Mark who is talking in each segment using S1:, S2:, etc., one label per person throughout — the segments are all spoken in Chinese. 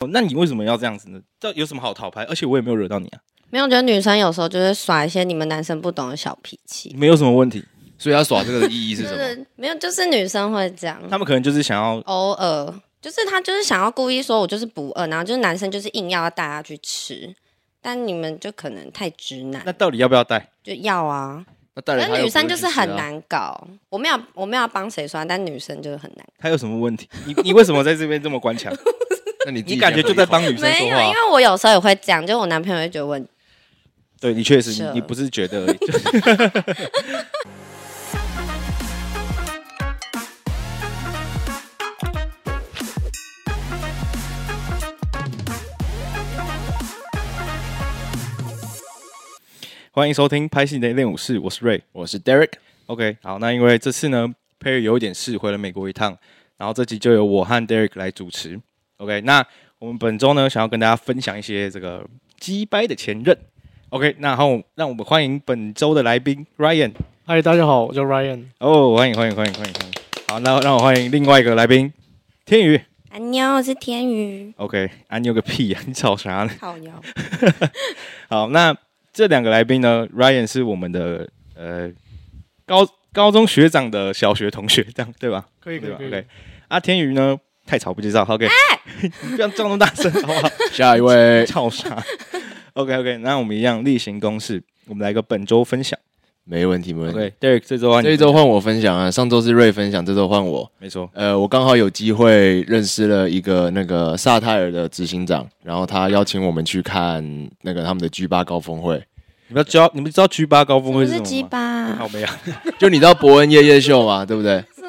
S1: 哦那你为什么要这样子呢？这有什么好讨拍？而且我也没有惹到你啊，
S2: 没有，我觉得女生有时候就是耍一些你们男生不懂的小脾气，
S1: 没有什么问题。
S3: 所以他耍这个的意义是
S2: 就
S3: 什么？
S2: 是没有，就是女生会这样，
S1: 他们可能就是想要，
S2: 偶尔就是她就是想要故意说我就是不饿，然后就是男生就是硬要带她去吃，但你们就可能太直男
S1: 那，到底要不要带？
S2: 就要啊。
S3: 那带了
S2: 但
S3: 他又
S2: 女
S3: 不会
S2: 生
S3: 去
S2: 就是
S3: 吃
S2: 很
S3: 啊。
S2: 难搞，我没有我没有要帮谁说，但女生就是很难。
S1: 他有什么问题？你你为什么在这边这么关腔？
S3: 那你自己
S1: 你感觉
S3: 先
S1: 就
S3: 回
S1: 在
S3: 头
S1: 帮女生
S2: 没
S1: 说
S2: 有，
S1: 话
S2: 因
S1: 啊？
S2: 为我有时候也会这样，就我男朋友会觉得我很
S1: 对，的确是
S2: 是
S1: 你，你不是觉得而已。 就欢迎收听《拍戏的练武室》，我是 Ray。
S3: 我是 Derek，
S1: OK，好，那因为这次呢，Perry 有一点事回了美国一趟，然后这集就由我和 Derek 来主持。OK，那我们本周呢，想要跟大家分享一些这个击败的前任。OK，那好，让我们欢迎本周的来宾 Ryan。
S4: 嗨，大家好，我叫 Ryan。
S1: 哦，欢迎欢迎欢迎欢迎欢迎。好，那让我欢迎另外一个来宾天宇。
S2: 啊妞，我是天 宇，
S1: OK，啊，你有个屁呀、你吵啥呢？
S2: 好哟，
S1: 好，那这两个来宾呢，Ryan 是我们的呃高高中学长的小学同学，这样对吧？
S4: 可以可
S1: 对
S4: 以
S1: 吧
S4: 可以。
S1: ？OK，啊，天宇呢太吵不介绍，OK，、你 不要叫那么大声好不好？
S3: 下一位
S1: 吵啥？OK OK，那我们一样例行公事，我们来个本周分享。
S3: 没问题，没问题。
S1: OK，Derek 这周啊，
S3: 这一周换我分享啊，上周是瑞分享，这周换我。
S1: 没错，
S3: 呃，我刚好有机会认识了一个那个萨泰尔的执行长，然后他邀请我们去看那个他们的 G 八高 峰会。
S1: 你们知道你们知道 G 八高峰会
S2: 我
S3: 啊
S1: 是
S2: 是
S1: 什
S2: 鸡
S1: 么吗？啊
S2: 巴
S1: 好，没有，
S3: 就你知道伯恩夜夜秀嘛，对不对？
S2: 什么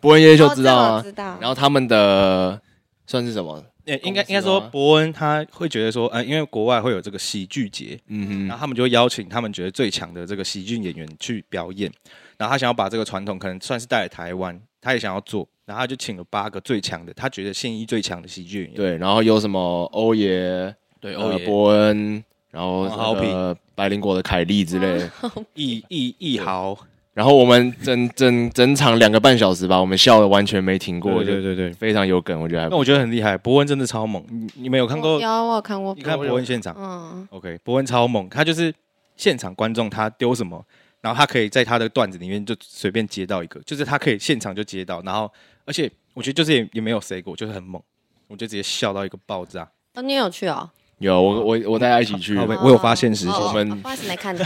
S3: 伯恩夜夜秀
S2: 哦
S3: 知道
S2: 这我
S3: 吗？
S2: 知道。
S3: 然后他们的算是什么？
S1: 呃应该
S3: 公司
S1: 应该说
S3: 吗
S1: 伯恩他会觉得说，呃，因为国外会有这个喜剧节，
S3: 嗯
S1: 然
S3: 哼，
S1: 后他们就会邀请他们觉得最强的这个喜剧演员去表演，然后他想要把这个传统可能算是带来台湾，他也想要做，然后他就请了八个最强的，他觉得现役最强的喜剧演员，
S3: 对，然后有什么欧爷、
S1: 对哦
S3: 呃伯恩，然后
S1: 王豪
S3: 呃白灵果的凯莉之类的。
S1: 易易易豪，
S3: 然后我们整整整场两个半小时吧，我们笑的完全没停过，
S1: 对
S3: 就
S1: 对对对，
S3: 非常有梗，我觉得还
S1: 那
S3: 不
S1: 我觉得很厉害，伯恩真的超猛，你你们有看过？
S2: 有我有看过，
S1: 你看伯恩现场
S2: 嗯，
S1: ，OK，伯恩超猛，他就是现场观众他丢什么，然后他可以在他的段子里面就随便接到一个，就是他可以现场就接到，然后而且我觉得就是也也没有 say 过，就是很猛，我就直接笑到一个爆炸。
S2: 哦，你有去哦？
S3: 有我我我大家一起去
S1: 好，好我
S2: 哦
S1: 有发现实
S2: 哦
S1: 其实
S2: 哦
S3: 我们
S2: 哦不好意思没 看到，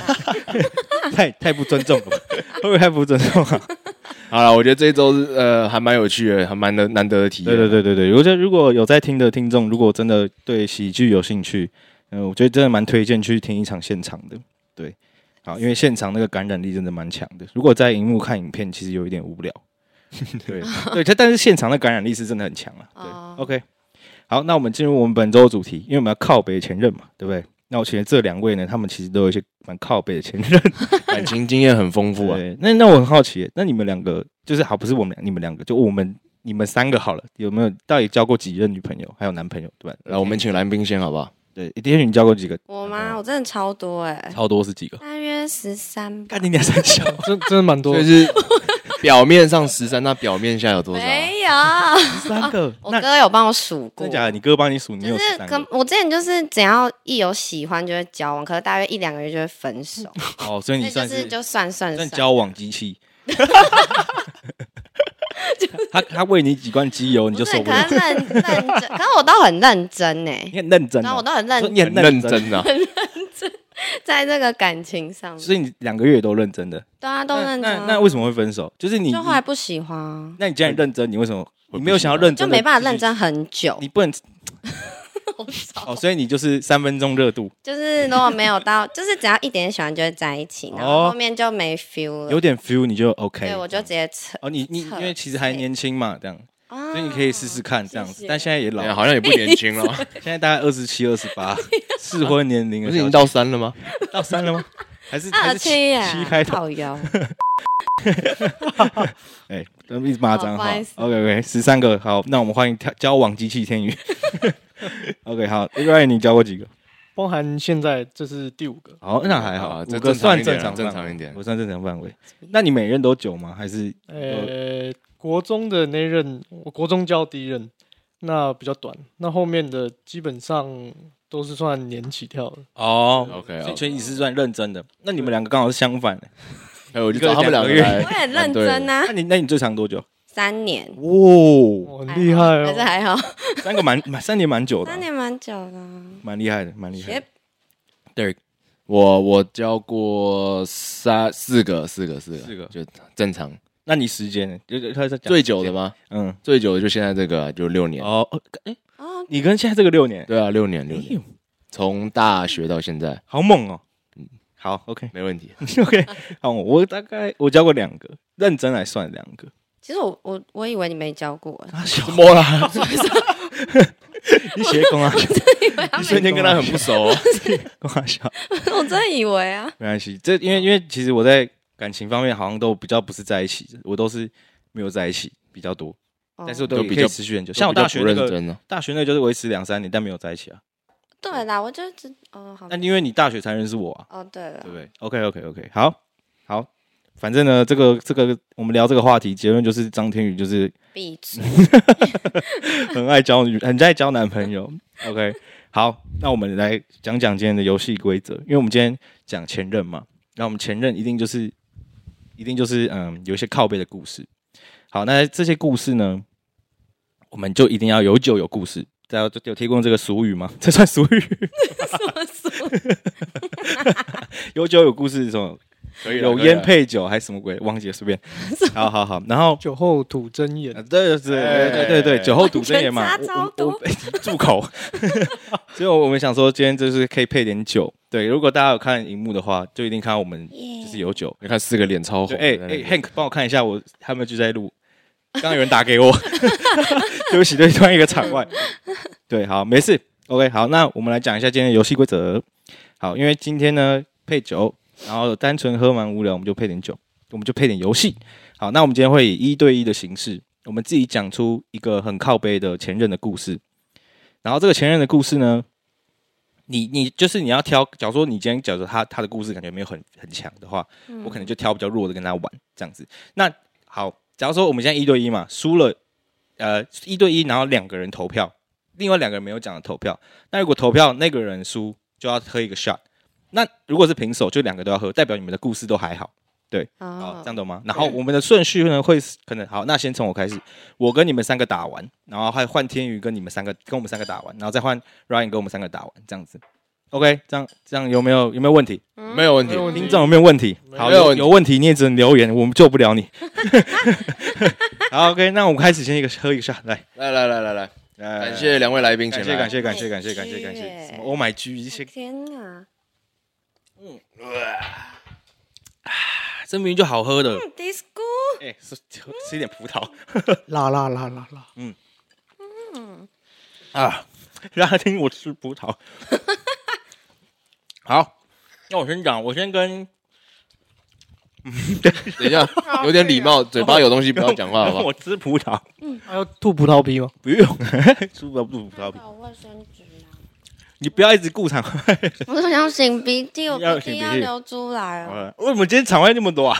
S1: 太太不尊重了吧， 会不会太不尊重啊？
S3: 好了，我觉得这一周是呃还蛮有趣的，还蛮难难得的体验。
S1: 对对对对对，我觉得如果有在听的听众，如果真的对喜剧有兴趣，嗯、我觉得真的蛮推荐去听一场现场的。对，好，因为现场那个感染力真的蛮强的。如果在荧幕看影片，其实有一点无聊。对对，它但是现场的感染力是真的很强啊。对、
S2: 哦
S1: o k 好，那我们进入我们本周的主题，因为我们要靠北前任嘛，对不对？那我觉得这两位呢，他们其实都有一些蛮靠北的前任。
S3: 感情经验很丰富啊。
S1: 对，那那我很好奇，那你们两个就是好，不是我们俩你们两个，就我们你们三个好了，有没有到底交过几任女朋友，还有男朋友，对吧？
S3: 来，我们请蓝冰先好不好？
S1: 对，天宇你交过几个？
S2: 我吗？我真的超多哎，
S1: 超多是几个？
S2: 大约十三吧，
S1: 干你俩三 小，
S4: 真真的蛮多
S3: 所
S4: 的
S3: 以，是表面上十三，那表面下有多少啊？
S2: 没 有，
S1: 三个？
S2: 哦我
S1: 那
S2: 哥有帮我数过
S1: 真的。假的？你哥帮你数，你
S2: 就
S1: 有
S2: 是
S1: 三
S2: 跟
S1: 个
S2: 我之前就是只要一有喜欢就会交往，可是大约一两个月就会分手，
S1: 哦，所以
S2: 所
S1: 你
S2: 以就
S1: 算是
S2: 是就算算
S1: 算
S2: 算，
S1: 交往机 器。他他喂你几罐机油，你
S2: 不
S1: 就是受不
S2: 可
S1: 了
S2: 能。认认真，可是我都很认真呢，
S1: 你很认真
S2: 然后我
S1: 哦，
S2: 都很认
S1: 说
S2: 真
S1: 你很
S3: 很
S1: 认
S3: 认
S1: 真，
S3: 真啊，
S2: 在这个感情上，
S1: 所以你两个月都认真的。
S2: 对啊，都认真
S1: 那
S2: 啊，
S1: 那那为什么会分手？就是你
S2: 就后来不喜欢啊，
S1: 那你既然认真，你为什么
S3: 我
S1: 你没有想要认真？
S2: 就没办法认，真很久，
S1: 你不 能哦，所以你就是三分钟热度，
S2: 就是如果没有到，就是只要一点喜欢就会在一起，然后后面就没 feel 了。
S1: 哦有点 feel 你就 OK。
S2: 对，我就直接扯
S1: 哦，你你因
S2: 撤
S1: 为其实还年轻嘛，这样，
S2: 啊
S1: 所以你可以试试看这样子
S2: 谢。谢
S1: 但现在也老
S3: 对，好像也不年轻了，
S1: 现在大概二十七、二十八，适婚年龄
S3: 不
S1: 了
S3: 是已经到三了吗？
S1: 到三了吗？还是还
S2: 二
S1: 是
S2: 啊七耶，
S1: 七开头？
S2: 好油，哦
S1: 哎，咱们一直骂脏
S2: 哦不
S1: 话
S2: 好意。思
S1: OK OK，十三个好，那我们欢迎跳交往机器天宇。OK，好，Ryan，你交过 几个？
S4: 包含现在这是第五个，
S1: 好，那还好，
S3: 啊
S1: 五
S3: 这
S1: 个
S3: 正常
S1: 算
S3: 一点
S1: 正
S3: 啊
S1: 常，
S3: 正常一点
S1: 我算正常范围。那你每任都九吗？还是
S4: 呃，国中的那任，我国中交第一任，那比较短，那后面的基本上都是算年起跳的。
S1: 哦
S3: OK，
S1: 所以
S3: OK
S1: 全以是算认真的。那你们两个刚好是相反的。
S3: 还哎有我就找他们两个
S2: 我
S3: 来，
S2: 也很认真啊
S1: 那，你那你最长多久？
S2: 三年，
S1: 哇，
S4: 我很厉害
S2: 哎还是
S4: 哦，
S2: 还好，
S1: 三个蛮蛮三年蛮久的
S2: 三
S1: 啊，
S2: 年蛮久的啊。
S1: 蛮厉害的，蛮厉害的。
S2: 学
S1: 对，
S3: 我我教过三四个，四个，四个，
S1: 四个
S3: 就正常。
S1: 那你时间呢？就是他在讲
S3: 最久的？吗？
S1: 嗯，
S3: 最久的就现在这个啊，就六年。
S1: 哦，哎，
S2: 哦，
S1: 你跟现在这个六年，
S3: 对啊，六年，六
S1: 哎
S3: 年，
S1: 呦，
S3: 从大学到现在，
S1: 好猛哦。
S3: 嗯
S1: 好，OK
S3: 没问题。
S1: OK，好，我大概我教过两个，认真来算两个。
S2: 其实我我我以为你没教过，
S1: 啊，小
S3: 怎么啦？
S1: 你学工啊，
S3: 一瞬间跟他很不熟 哦。
S1: 工啊小，
S2: 我真的以为啊，
S1: 没关系。这因为因为其实我在感情方面好像都比较不是在一起的，我都是没有在一起比较多，
S2: 哦
S1: 但是我都
S3: 就
S1: 也
S3: 比
S1: 可以
S3: 较
S1: 持续很久。像我大学
S3: 比
S1: 那
S3: 较不认
S1: 个
S3: 真啊了，
S1: 大学那个就是维持两三年，但没有在一起啊。
S2: 对啦，我就只哦好
S1: 那因为你大学才认识我啊，
S2: 哦对了
S1: 对不，对？OK OK OK，好好，反正呢，这个这个我们聊这个话题，结论就是张天宇就是
S2: 闭嘴，
S1: 很爱交女，很爱交男朋友。OK，好，那我们来讲讲今天的游戏规则，因为我们今天讲前任嘛，那我们前任一定就是一定就是嗯，有一些靠背的故事。好，那这些故事呢，我们就一定要有酒有故事。大家有提供这个俗语吗？ 这算俗语？有酒有故事是什么？
S3: 可以啦
S1: 有烟，配酒还是什么鬼？忘记了，随 便。好好好，然后
S4: 酒后吐真言
S1: 啊，，对对对对对对，
S3: 哎
S1: 酒后吐真言嘛，
S2: 完全差超
S1: 我我我住口。 所以，我们想说，今天就是可以配点酒。对，如果大家有看荧幕的话，就一定看到我们
S2: 耶
S1: 就是有酒。
S3: 你看四个脸超
S1: 对
S3: 红。
S1: 哎哎，Hank，帮我看一下我还有没有就在录。刚刚有人打给我， 对不起，对，突然一个场外。对，好，没事。OK，好，那我们来讲一下今天的游戏规则。好，因为今天呢配酒，然后单纯喝蛮无聊，我们就配点酒，我们就配点游戏。好，那我们今天会以一对一的形式，我们自己讲出一个很靠背的前任的故事。然后这个前任的故事呢，你你就是你要挑，假如说你今天假如说他他的故事感觉没有很很强的话，我可能就挑比较弱的跟他玩这样子。那好，假如说我们现在一对一嘛，输了，呃，一对一，然后两个人投票，另外两个人没有讲的投票。那如果投票那个人输，就要喝一个 shot。那如果是平手，就两个都要喝，代表你们的故事都还好。好，
S2: 哦
S1: 这样懂吗？然后我们的顺序呢会是可能好，那先从我开始，我跟你们三个打完，然后还换天宇跟你们三个跟我们三个打完，然后再换 Ryan 跟我们三个打完，这样子。OK，这样这样有没有有没有问题？
S2: 嗯
S3: 没有问题
S4: 没。有问题
S1: 听众有没有问题？好，
S3: 没有
S1: 有
S3: 问题
S1: 有问题你也只能留言，我们救不 了你。好，OK，那我们开始先一个喝一个下来，
S3: 来来来来来，
S1: 来
S3: 感谢两位来宾，
S1: 哎感
S3: 前
S1: 谢
S3: 来
S1: 感。谢感谢感谢感谢感
S2: 哎
S1: 谢
S2: 耶
S1: 什么？Oh my G，一些
S2: 天哪，
S1: 啊这明明就好喝的，
S2: disco
S1: 哎，吃喝吃一点葡萄
S4: 啦啦啦啦啦，
S1: 啊， 让他听我吃葡 萄。好，那我先讲，我先跟
S3: 等一下，有点礼貌，
S2: 啊
S3: 嘴巴有东西不要讲话，好
S1: 跟
S3: 不好？
S1: 我吃葡萄，
S4: 还要吐葡萄皮吗？
S1: 不用 吃葡萄不葡萄，
S2: 搞卫生纸啊！
S1: 你不要一直顾场外。
S2: 我都想擤鼻涕，我
S1: 要
S2: 鼻涕
S1: 擤
S2: 要
S1: 鼻涕
S2: 流出来哦。
S1: 为什么今天场外那么多啊？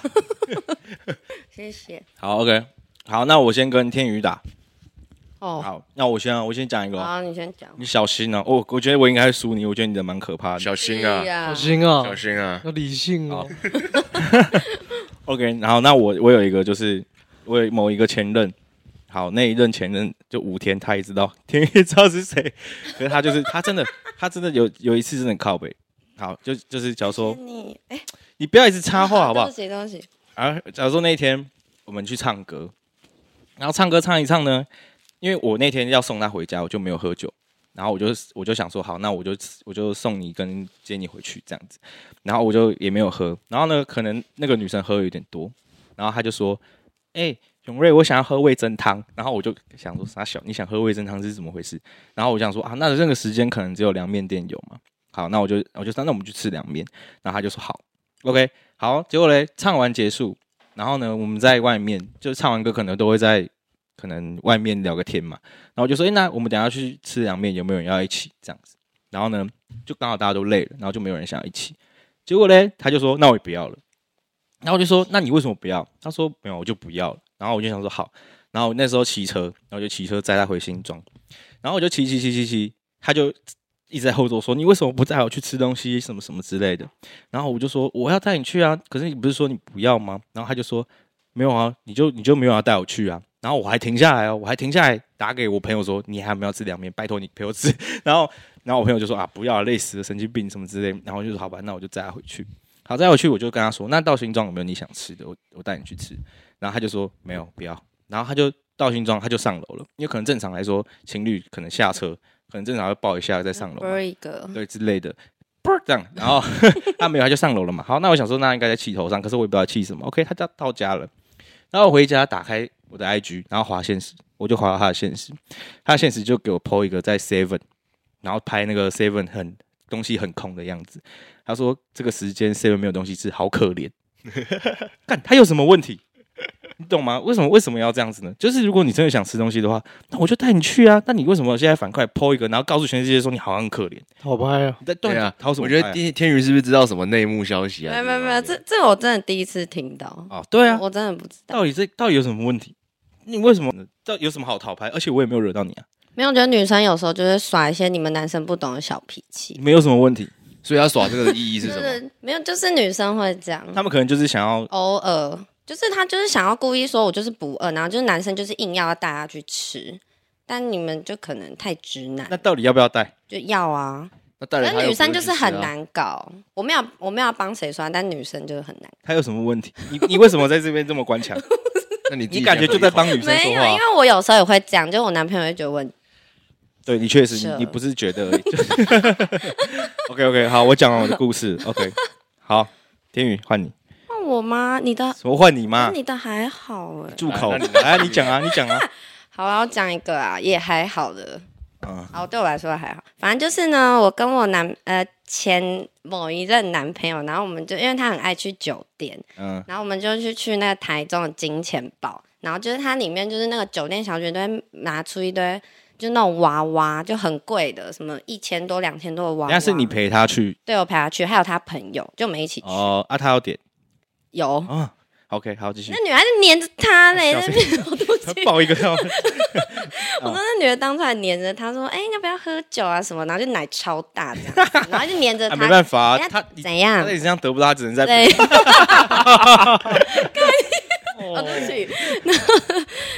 S2: 谢谢。
S1: 好，OK，好，那我先跟天宇打。
S2: 哦，
S1: 好，那我先、啊、我先讲一个、哦，
S2: 好，你先讲。
S1: 你小心哦。我我觉得我应该会输你，我觉得你的蛮可 怕的。
S3: 小心啊，
S4: 小
S2: 哎呀，
S4: 心啊，
S3: 小心啊！
S4: 要理性哦。
S1: OK，然后那我我有一个就是我有某一个前任，好那一任前任就五天，他也知道，天也知道是谁， 可是他就是他真的他真的有有一次真的很靠背。好，就就是假如说
S2: 你哎，
S1: 你不要一直插话哦好不好
S2: 对？不起，对不起。
S1: 啊，假如说那一天我们去唱歌，然后唱歌唱一唱呢，因为我那天要送她回家，我就没有喝酒，然后我就我就想说，好，那我就我就送你跟接你回去这样子，然后我就也没有喝，然后呢，可能那个女生喝有点多，然后她就说，哎、永瑞，我想要喝味噌汤，然后我就想说啊傻小，你想喝味噌汤是怎么回事？然后我想说啊，那这个时间可能只有凉面店有嘛，好，那我就我就说那我们去吃凉面，然后她就说好，OK，好，结果嘞，唱完结束，然后呢，我们在外面就唱完歌，可能都会在可能外面聊个天嘛。然后我就说，哎、那我们等一下去吃凉面，有没有人要一起这样子？然后呢，就刚好大家都累了，然后就没有人想要一起。结果嘞，他就说，那我也不要了。然后我就说，那你为什么不要？他说没有，我就不要了。然后我就想说，好，然后我那时候骑车，然后我就骑车载他回新庄，然后我就骑骑骑骑骑，他就一直在后座说：“你为什么不带我去吃东西？什么什么之类的。”然后我就说：“我要带你去啊，可是你不是说你不要吗？”然后他就说：“没有啊，你就你就没有要带我去啊。”然后我还停下来哦，我还停下来打给我朋友说：“你还有没有吃凉面？拜托你陪我吃。” 然后然后我朋友就说：“啊，不要啊，累死了，神经病什么之类。”然后我就说：“好吧，那我就载他回去。”好，载回去我就跟他说：“那到新庄有没有你想吃的？我我带你去吃。”然后他就说：“没有，不要。”然后他就到新庄，他就上楼了，因为可能正常来说，情侣可能下车，可能正常要抱一下再上楼嘛。
S2: 啵一个，
S1: 对之类的，啵儿这样，然后他没有，他就上楼了嘛。好，那我想说，那应该在气头上，可是我也不知道气什么。OK，他到到家了，然后我回家打开我的 IG，然后滑现实，我就滑到他的现实，他的现实就给我 PO 一个在 Seven，然后拍那个 Seven 很东西很空的样子。他说这个时间 Seven 没有东西吃，好可怜。看他有什么问题？你懂吗？为什么为什么要这样子呢？就是如果你真的想吃东西的话，那我就带你去啊。那你为什么现在反过来 PO 一个，然后告诉全世界说你好像很可怜？
S4: 好拍啊！
S1: 你在断
S3: 对啊，
S1: 掏什么
S3: 我
S1: 牌啊？
S3: 觉得天天宇是不是知道什么内幕消息啊？
S2: 没有没有没有，这这我真的第一次听到，
S1: 啊，对啊，
S2: 我真的不知道。
S1: 到底这到底有什么问题？你为什么到底有什么好讨牌？而且我也没有惹到你啊，
S2: 没有，我觉得女生有时候就是耍一些你们男生不懂的小脾气，
S1: 没有什么问题。
S3: 所以他耍这个的意义
S2: 就是
S3: 嗯什么？
S2: 是没有，就是女生会这样，
S1: 他们可能就是想要
S2: 偶尔就是她就是想要故意说我就是不饿，然后就是男生就是硬要带她去吃，但你们就可能太直男
S1: 那，到底要不要带？
S2: 就要啊。
S3: 那当然，
S2: 那女生就是
S3: 啊
S2: 很。难搞，我没有我没有要帮谁说，但女生就是很难。
S1: 他有什么问题？你你为什么在这边这么 关腔？
S3: 那你自己
S1: 你感觉就在帮女生
S2: 没
S1: 说
S2: 有，
S1: 话
S2: 因
S1: 啊？
S2: 为我有时候也会这样，就我男朋友会觉得我
S1: 对你确实，
S2: 是
S1: 你你不是觉得而已。OK OK，好，我讲完我的故事。OK，好，天宇换你，
S2: 换我吗？你的
S1: 什么换你妈？
S2: 你的还好哎。
S1: 住口！
S3: 来那你来
S1: 来，你讲啊，你 讲啊。
S2: 好啊，我讲一个啊，也还好的。
S1: 啊，
S2: 哦，对我来说还好。反正就是呢，我跟我男呃前某一任男朋友，然后我们就因为他很爱去酒店，
S1: 嗯，
S2: 然后我们就去去那个台中的金钱豹，然后就是它里面就是那个酒店小姐都会拿出一堆就那种娃娃，就很贵的，什么一千多、两千多的娃娃。
S1: 那是你陪他去
S2: 对我陪他去，还有他朋友，就我们一起去。
S1: 哦啊，他要点
S2: 有
S1: 啊。OK，好，继续
S2: 那。女孩子黏着他嘞，
S1: 小
S2: 那
S1: 声
S2: 边我对不起，
S1: 抱一个哎 他，
S2: 我说那女的当初还黏着他说，哎、要不要喝酒啊什么？然后就奶超大这样 子，然后就黏着
S1: 啊
S2: 他，
S1: 没办法啊，
S2: 人家
S1: 他你
S2: 怎
S1: 他
S2: 样
S1: 那？你这样得不到，他只能在
S2: 对， 哦，
S1: 哦
S2: 对不起。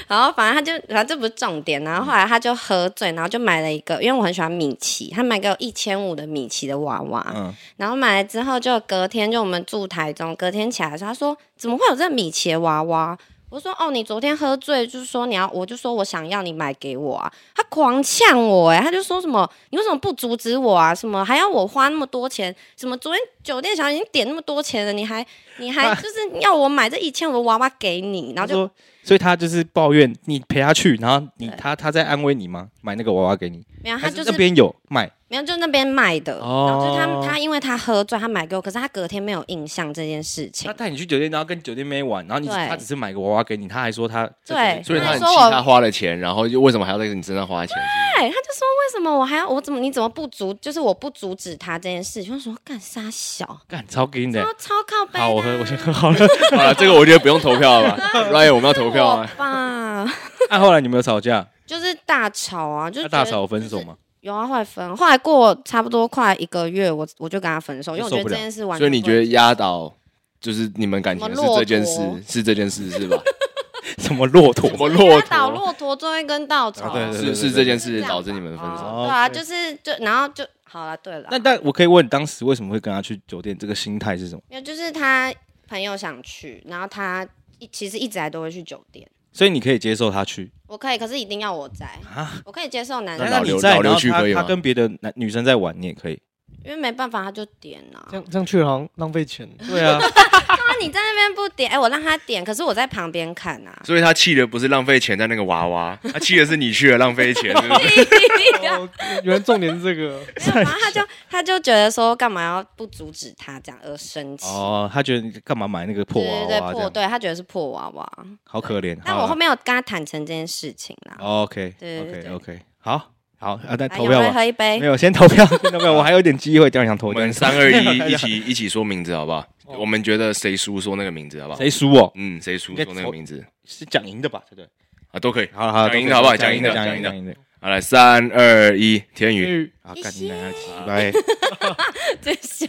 S2: 然后反正他就，反正这不是重点。然后后来他就喝醉，然后就买了一个，因为我很喜欢米奇，他买给我一千五的米奇的娃娃。
S1: 嗯，
S2: 然后买了之后，就隔天就我们住台中，隔天起来的时候，他说怎么会有这米奇的娃娃？我说哦，你昨天喝醉，就是说你要，我就说我想要你买给我啊。他狂呛我、欸，哎，他就说什么你为什么不阻止我啊？什么还要我花那么多钱？什么昨天酒店小姐已经点那么多钱了，你还 你还就是要我买这一千五的娃娃给你，然
S1: 他
S2: 后就
S1: 说，所以他就是抱怨你陪他去，然后你他他在安慰你吗？买那个娃娃给你，
S2: 没有，啊他
S1: 还
S2: 就是
S1: 那边有卖
S2: 没有，就那边卖的。
S1: 哦
S2: 然后就是他他因为他喝醉，他买给我，可是他隔天没有印象这件事情
S1: 他。带你去酒店，然后跟酒店妹玩，然后你
S2: 对
S1: 他只是买个娃娃给你，他还说他
S2: 对，
S3: 所以他
S2: 他
S3: 很
S2: 就
S3: 气
S2: 说我
S3: 他花了钱，然后就为什么还要在你身上花钱？
S2: 对，哎他就说为什么我还要我怎么你怎么不阻，就是我不阻止他这件事情，我说干啥小，
S1: 干超给你的
S2: 超，超靠背的啊，
S1: 好，我喝，我先喝好 了。
S3: 好了，这个我觉得不用投票了吧？Ryan，我们要投票啊
S2: 我
S3: 吗？
S2: 吧，
S1: 那啊后来你们有吵架？
S2: 就是大吵啊，就是
S1: 那
S2: 觉
S1: 大
S2: 得
S1: 吵分手吗？
S2: 有啊，后来分，后来过差不多快一个月，我我就跟他分手，因为我觉
S1: 受不
S2: 得这
S1: 了
S2: 件事完全
S3: 所以你
S2: 不
S3: 觉
S2: 能
S3: 得压倒就是你们感情是这件
S2: 什么骆驼
S3: 事，是这件事是 吧？
S1: 什么骆驼
S3: 什？么骆
S2: 压倒
S3: 驼？
S2: 骆驼最后一根稻草
S1: 啊
S2: 啊，
S1: 对对
S3: 是是这件事导致你们分手？
S1: 哦
S2: 对啊，
S1: 对
S2: 就是就然后就好了，对了，
S1: 那但我可以问，当时为什么会跟他去酒店？这个心态是什么？
S2: 没有就是他朋友想去，然后他一其实一直来都会去酒店。
S1: 所以你可以接受他去
S2: 我可以，可是一定要我在
S1: 啊？
S2: 我可以接受男
S3: 那
S2: 生
S3: 老
S1: 你
S3: 刘
S1: 在，
S3: 老刘
S1: 然后
S3: 去可以
S1: 他
S3: 吗
S1: 他跟别的男女生在玩，你也 可以。
S2: 因为没办法，他就点啊。
S4: 这样这样去好像浪费 钱。
S1: 对啊，
S2: 那你在那边不点，哎、我让他点，可是我在旁边看啊。
S3: 所以他气的不是浪费钱在那个娃娃，他气的是你去了浪费钱，是不 是
S4: 哦原来重点是这个，
S2: 没有，然后他就他就觉得说，干嘛要不阻止他这样而生气？
S1: 哦，他觉得你干嘛买那个破
S2: 对
S1: 娃啊
S2: 对对，
S1: 娃这
S2: 破
S1: 样？
S2: 对他觉得是破娃娃。
S1: 好可怜。
S2: 但
S1: 好
S2: 我
S1: 啊
S2: 后面有跟他坦诚这件事情啦。
S1: OK
S2: 对对
S1: OK
S2: 对
S1: OK，好好啊，那
S2: 来，
S1: 投
S2: 有
S1: 票
S2: 人哎
S1: 吧。
S2: 喝一杯
S1: 没？有，先投票， 先投票。我还有点机会，当然想投
S3: 我
S1: 掉
S3: 们。三二一，一起一起说名字好不好？
S2: 哦
S3: 我们觉得谁输说那个名字好不好？
S1: 谁输哦？
S3: 嗯，谁输
S1: 应该
S3: 说那个名字？
S1: 是讲赢的吧？对不对？
S3: 啊，都可以。
S1: 好了好了，
S3: 讲赢
S1: 都可以
S3: 好不好
S1: 讲赢的，
S3: 讲
S1: 讲
S3: 赢
S1: 赢
S3: 的
S1: 的，讲赢的。
S3: 好，来三二一，天
S4: 因
S3: 宇，
S4: 为
S1: 啊，
S2: 一
S1: 干你
S2: 些
S1: 娘鸡掰！
S2: 最 小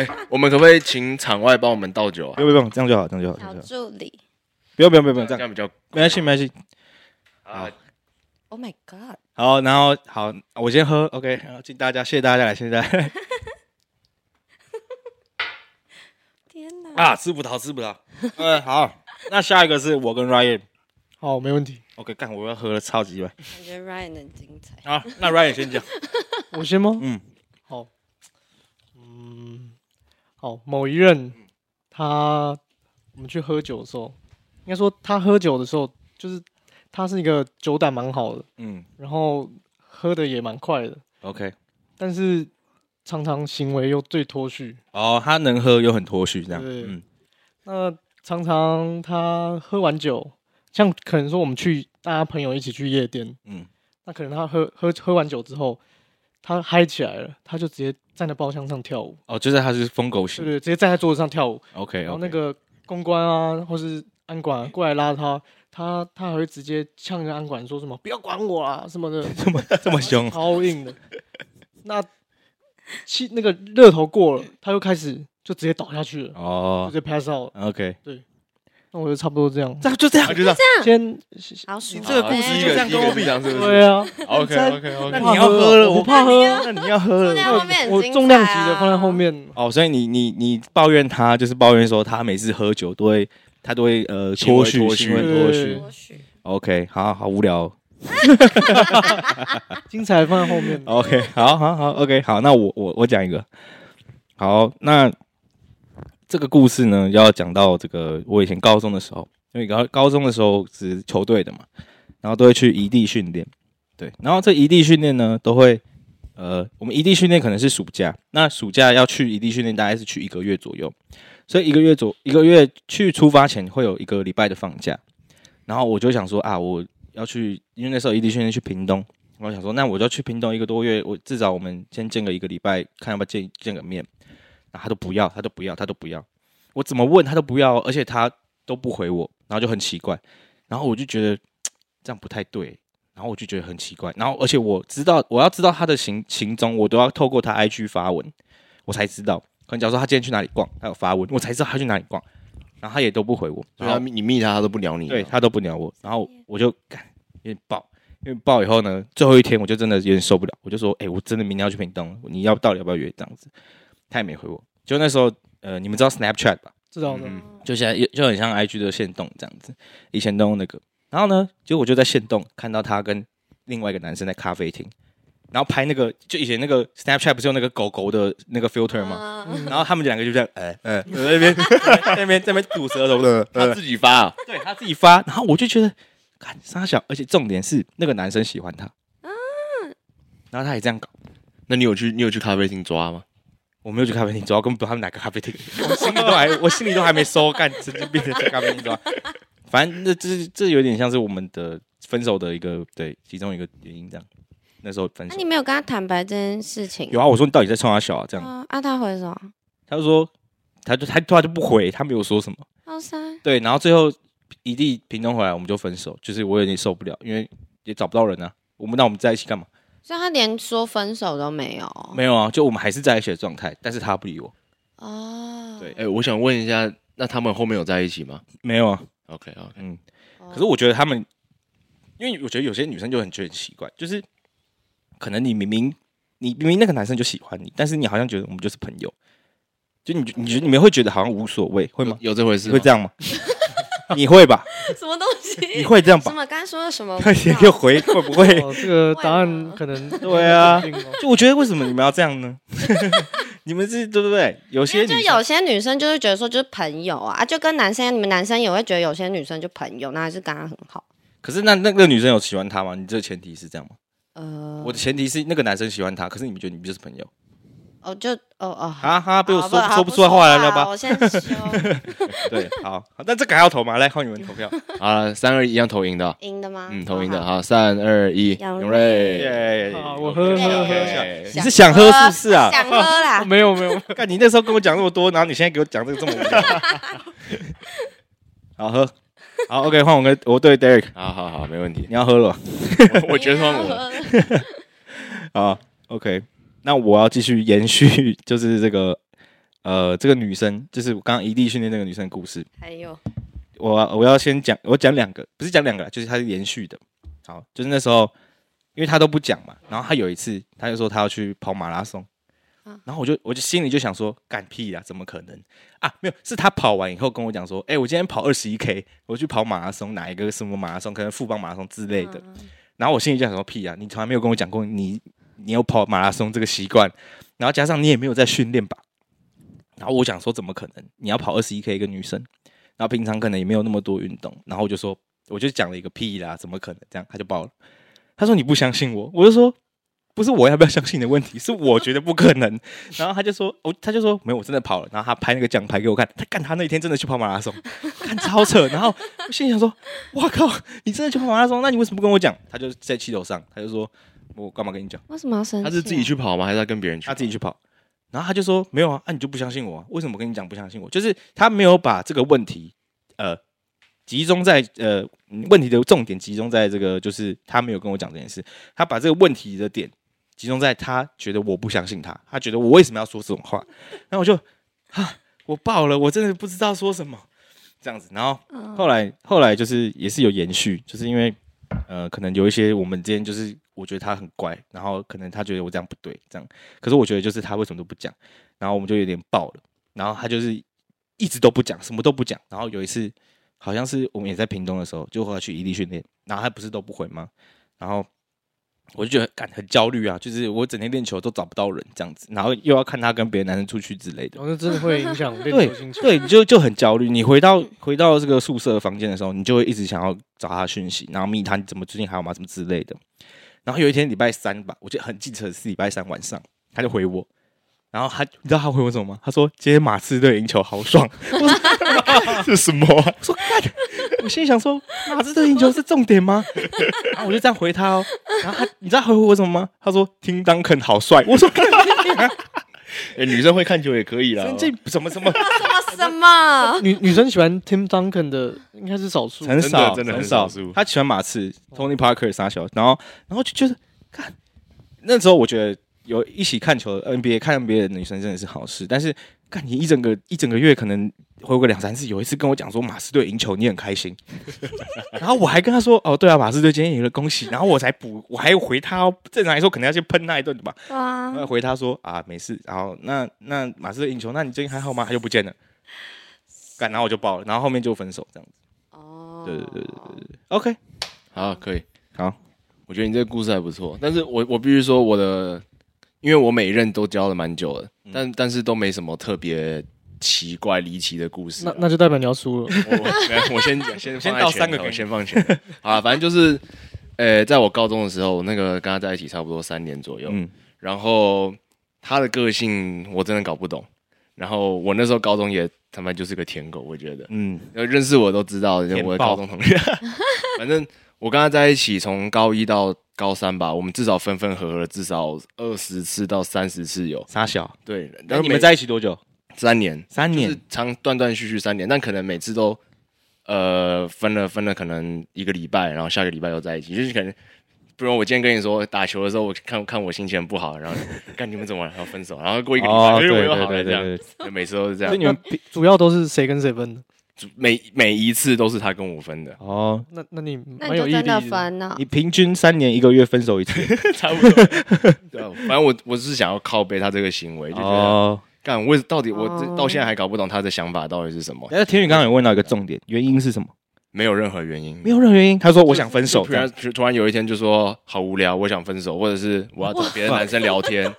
S1: 嗯
S3: 我们可不可以请场外帮我们倒酒
S1: 不
S3: 啊？
S1: 用不用，这样就好，这样就好，这
S2: 小
S1: 样就好。
S2: 助理
S1: 不用不用不用不用，
S3: 这
S1: 嗯这样
S3: 样比较
S1: 没关系没关系。
S3: 啊。
S2: ，Oh my God，
S1: 好，然后好，我先喝，OK，然后敬大家，谢谢大家，谢谢大家。
S2: 天哪！
S1: 啊，吃葡萄，吃葡萄。嗯，好，那下一个是我跟 Ryan。
S4: 好，没问题。
S1: OK，干，我要喝了超级吧。
S2: 感觉 Ryan 很精彩。
S1: 好，那 Ryan 先讲。
S4: 我先吗？
S1: 嗯，
S4: 好，嗯，好，某一任他我们去喝酒的时候，应该说他喝酒的时候，就是他是一个酒胆蛮好的，
S1: 嗯
S4: 然后喝的也蛮快的，
S1: ，OK。
S4: 但是常常行为又最脱序。
S1: 哦，他能喝又很脱序，这样。
S4: 对
S1: 嗯
S4: 那常常他喝完酒，像可能说我们去大家朋友一起去夜店，
S1: 嗯。
S4: 那可能他喝喝喝完酒之后，他嗨起来了，他就直接站在包厢上跳舞，
S1: 哦，就是他是疯狗
S4: 对
S1: 型。
S4: 对，直接站在桌子上跳舞。
S1: OK，
S4: 然后那个公关啊，或是安管、啊过来拉他，他他还会直接呛着安管说什么“不要管我啊”什么的，
S1: 这么 这么凶。
S4: 超硬的。那气那个热头过了，他又开始就直接倒下去了，就
S1: 哦
S4: 直接 pass out 了。
S1: ，OK，
S4: 那我就差不多这样，
S1: 这样就这样，
S3: 就这样，
S4: 先
S2: 好爽，哦
S1: 这个故事
S3: 一
S1: 一
S3: 个
S1: 个
S3: 一
S1: 一
S3: 个
S1: 个
S3: 是这样，是不是
S4: 对啊，
S3: ？OK OK
S1: 那
S3: OK，
S1: 你要喝了，我
S4: 我怕喝，
S1: 那你要喝
S2: 重量
S1: 了。
S2: 后面
S4: 我
S2: 很精彩啊
S4: 重量级的放在后面，
S1: 哦，所以你你你抱怨他，就是抱怨说他每次喝酒都会，他都会呃
S3: 行为
S1: 脱序，
S3: 脱序
S1: 行为脱
S4: 对
S1: 序。
S2: 或许
S1: OK，好好无聊哦。
S4: 精彩放在后面。
S1: OK，好好好，OK，好，那我我我讲一个。好，那这个故事呢，要讲到这个我以前高中的时候，因为高高中的时候是球队的嘛，然后都会去异地训练，对，然后这异地训练呢，都会呃，我们异地训练可能是暑假，那暑假要去异地训练，大概是去一个月左右，所以一个月左一个月去出发前会有一个礼拜的放假，然后我就想说啊，我要去，因为那时候异地训练去屏东。我想说，那我就去屏东一个多月，我至少我们先见个一个礼拜，看要不要见见个面。然后他都不要，他都不要，他都不要。我怎么问他都不要，而且他都不回我，然后就很奇怪。然后我就觉得这样不太对，然后我就觉得很奇怪。然后而且我知道，我要知道他的行行踪，我都要透过他 IG 发文，我才知道。可能假如说他今天去哪里逛，他有发文，我才知道他去哪里逛。然后他也都不回我，
S3: 就
S1: 然后
S3: 他啊你密他，他都不鸟你。
S1: 对他都不鸟我，然后我就干有点爆，因为爆以后呢，最后一天我就真的有点受不了，我就说，哎、我真的明天要去屏东了，你要到底要不要约这样子？他也没回我，就那时候，呃，你们知道 Snapchat 吧？
S4: 知道的，
S2: 嗯
S1: 就现在就很像 IG 的线动这样子，以前都用那个。然后呢，结果我就在线动看到他跟另外一个男生在咖啡厅，然后拍那个，就以前那个 Snapchat 不是用那个狗狗的那个 filter 吗？
S2: 嗯
S1: 然后他们两个就这样，哎、哎、在那边 在那边在那边吐舌头的，
S3: 他自己发啊，
S1: 对他自己发，然后我就觉得，看傻小，而且重点是那个男生喜欢他，
S2: 啊
S1: 然后他也这样搞，
S3: 那你有去你有去咖啡厅抓吗？
S1: 我没有去咖啡厅抓，我根本不知道他们哪个咖啡厅，我心里都还我心里都还没收，干神经病的去咖啡厅抓，反正这这这有点像是我们的分手的一个对其中一个原因这样，那时候分
S2: 那
S1: 手
S2: 你没有跟他坦白这件事情？
S1: 有啊，我说你到底在冲他小啊这样，
S2: 啊，啊，他回什么？
S1: 他就说他就他他就不回，他没有说什么。
S2: 高三，
S1: 对，然后最后一地屏东回来，我们就分手，就是我有点受不了，因为也找不到人啊。我们那我们在一起干嘛？
S2: 所以他连说分手都没有。
S1: 没有啊，就我们还是在一起的状态，但是他不理我。
S2: 哦，
S1: 对
S3: 哎，我想问一下，那他们后面有在一起吗
S1: 没有啊，
S3: ？OK OK，
S2: 哦，
S1: 可是我觉得他们，因为我觉得有些女生就很觉得很奇怪，就是可能你明明你明明那个男生就喜欢你，但是你好像觉得我们就是朋友，就你你觉得你们会觉得好像无所谓，会吗？
S3: 有有这回事
S1: 你
S2: 嗯
S3: 吗？
S1: 会这 样吗？你会吧？
S2: 什么东西？
S1: 你会这样
S2: 什
S1: 吧？
S2: 么？刚才说的什么？
S1: 快 点给我回，会不会？
S4: 哦，这个答
S2: 为
S4: 案
S2: 了
S4: 可能
S1: 嗯对啊
S4: 不一定 哦
S1: 就我觉得为什么你们要这样呢？ 你们是对不对？有
S2: 因
S1: 些
S2: 为就
S1: 女生
S2: 有些女生就是觉得说就是朋友啊，啊就跟男生，你们男生也会觉得有些女生就朋友，那还是跟他很好。
S1: 可是那那个女生有喜欢他吗？你这个前提是这样吗？
S2: 呃，
S1: 我的前提是那个男生喜欢他，可是你们觉得你们就是朋友
S2: 哦，就哦哦，好，
S1: 啊哈，被我
S2: 好
S1: 说
S2: 不好
S1: 说
S2: 不
S1: 出来话来了
S2: 好
S1: 吧？
S2: 我先修
S1: 对，好，好那这个还要投吗？来，靠你们投票，
S3: 啊，三二一样投赢的啊，
S2: 赢的吗？哦
S3: 嗯，投赢
S2: 好
S3: 的，好，三二一，
S2: 杨
S3: 永瑞，
S1: 耶！
S4: 好我喝，
S1: ，OK，OK，
S2: 喝
S1: OK，OK，
S2: 喝
S1: OK，OK，你
S2: 想
S1: 是想喝是不是啊？
S2: 想喝啦
S4: 没有没有，
S1: 看你那时候跟我讲那么多，然后你现在给我讲这个这么无聊，好喝，好，OK，换我跟我对 Derek，
S3: 好好好，没 问题。
S1: 你要喝了吧
S3: 我我觉得 换我，
S1: 好 o k 那我要继续延续， 就是这个呃，这个女生，就是我刚刚异地训练那个女生的故事。
S2: 还有，
S1: 我我要先讲，我讲两个，不是讲两个啦，就是它是延续的。好，就是那时候，因为他都不讲嘛，然后他有一次他就说他要去跑马拉松，
S2: 啊
S1: 然后我就我就心里就想说，干屁啦，怎么可能啊？没有，是他跑完以后跟我讲说，哎、我今天跑二十一 K，我去跑马拉松，哪一个什么马拉松，可能富邦马拉松之类的。
S2: 嗯
S1: 然后我心里就想说，屁啊，你从来没有跟我讲过你你有跑马拉松这个习惯，然后加上你也没有在训练吧。然后我想说，怎么可能？你要跑二十一 K 一个女生，然后平常可能也没有那么多运动，然后我就说，我就讲了一个屁啦，怎么可能？这样他就爆了，他说你不相信我，我就说。不是我要不要相信你的问题，是我觉得不可能。然后他就说，我他就说没有，我真的跑了。然后他拍那个奖牌给我看，他干他那一天真的去跑马拉松，干超扯。然后我心里想说，哇靠，你真的去跑马拉松？那你为什么不跟我讲？他就在气头上，他就说我干嘛跟你讲？
S2: 为什么要生气啊？
S3: 他是自己去跑吗？还是他跟别人去？
S1: 他自己去跑。然后他就说没有啊，那、你就不相信我、啊？为什么跟你讲不相信我？就是他没有把这个问题，呃，集中在呃嗯问题的重点集中在这个，就是他没有跟我讲这件事，他把这个问题的点集中在他觉得我不相信他，他觉得我为什么要说这种话？然后我就啊，我爆了，我真的不知道说什么这样子。然后
S2: 嗯
S1: 后来后来就是也是有延续，就是因为呃，可能有一些我们之间就是我觉得他很乖，然后可能他觉得我这样不对，这样，可是我觉得就是他为什么都不讲，然后我们就有点爆了，然后他就是一直都不讲，什么都不讲，然后有一次嗯好像是我们也在屏东的时候，就和他去异地训练，然后他不是都不回吗？然后我就觉得感很焦虑啊，就是我整天练球都找不到人这样子，然后又要看他跟别的男生出去之类的。
S4: 哦然后那真的会影 响练
S1: 对
S4: 球心情。
S1: 对，你就就很焦虑。你回到回到这个宿舍房间的时候，你就会一直想要找他讯息，然后密他你怎么最近还好吗？什么之类的。然后有一天礼拜三吧，我记得很记得是礼拜三晚上，他就回我，然后他你知道他回我什么吗？他说今天马刺队赢球好爽。 我说
S3: 这什么啊？
S1: 我说干，我心里想说马刺队赢球是重点吗？然后我就这样回他哦。然后他你知道他回我什么吗？他说听当肯好帅。我说干
S3: 哎，女生会看球也可以啦。哦
S1: 神经什么什么。
S2: 什么什么？
S4: 女女生喜欢 Tim Duncan 的应该是少数，
S1: 很少，
S3: 真的真的
S1: 很
S3: 很
S1: 少
S3: 少数。
S1: 他喜欢马刺，Tony Parker 傻小，然后然后就觉得，看那时候我觉得有一起看球的 NBA 看 NBA 的女生真的是好事，但是看你一整个一整个月可能回个两三次，有一次跟我讲说马刺队赢球，你很开心， 然后我还跟他说哦对啊，马刺队今天赢了，恭喜，然后我才补，我还回他、哦，正常来说可能要先喷他一顿的吧，
S2: 哇
S1: 然！后回他说啊没事，然后那那马刺队赢球，那你最近还好吗？他就不见了，干，然后我就爆了，然后后面就分手这样子
S2: 哦，
S1: 对对对对，OK。
S3: 好，可以。
S1: 好，
S3: 我觉得你这个故事还不错，但是我我必须说我的，因为我每一任都教了蛮久的，
S1: 嗯
S3: 但但是都没什么特别奇怪离奇的故事
S4: 那
S3: 啊、
S4: 那就代表你要输了。
S3: 我我我先讲，先
S1: 先
S3: 放在
S1: 到
S3: 前
S1: 三个
S3: 头
S1: 给你
S3: 先放前头。好啦，反正就是，呃，在我高中的时候，我那个跟他在一起差不多三年左右，
S1: 嗯
S3: 然后他的个性我真的搞不懂，然后我那时候高中也他妈就是个舔狗，我觉得。
S1: 嗯
S3: 呃，认识我都知道，
S1: 填
S3: 我的
S1: 报
S3: 高中 同学。反正我跟他在一起，从高一到高三吧，我们至少分分合合了至少二十次到三十次有。
S1: 傻小。
S3: 对，
S1: 然后你
S3: 每
S1: 们在一起多久？
S3: 三年，
S1: 三
S3: 就
S1: 年
S3: 是长断断续续三年，但可能每次都呃分了分了，可能一个礼拜，然后下个礼拜又在一起，就是可能。不然我今天跟你说打球的时候，我看看我心情很不好，然后看你们怎么了，然后分手，然后过一个礼拜，哎
S1: 哦对
S3: 我
S1: 对
S3: 又好了，
S1: 对
S3: 这样，
S1: 对对，
S3: 就每次都是这
S1: 所以
S3: 样
S1: 你，们比
S4: 主要都是谁跟谁分的？
S3: 每每一次都是他跟我分的，
S1: 哦，
S4: 那那你
S2: 那
S4: 蛮
S2: 你
S4: 有
S2: 就
S4: 毅力
S2: 真的分了
S1: 你平均三年一个月分 手一次
S3: 差不多。对啊，反正我我是想要靠背他这个行为，就觉得
S1: 哦。
S3: 干我到底我这
S2: 哦
S3: 到现在还搞不懂他的想法到底是什么，
S1: 但是田宇刚刚有问到一个重点，原因是什么？
S3: 没有任何原因，
S1: 没有任何原因，他说 我想分手
S3: 突。然突然有一天就说好无聊，我想分手，或者是我要找别的男生聊 天，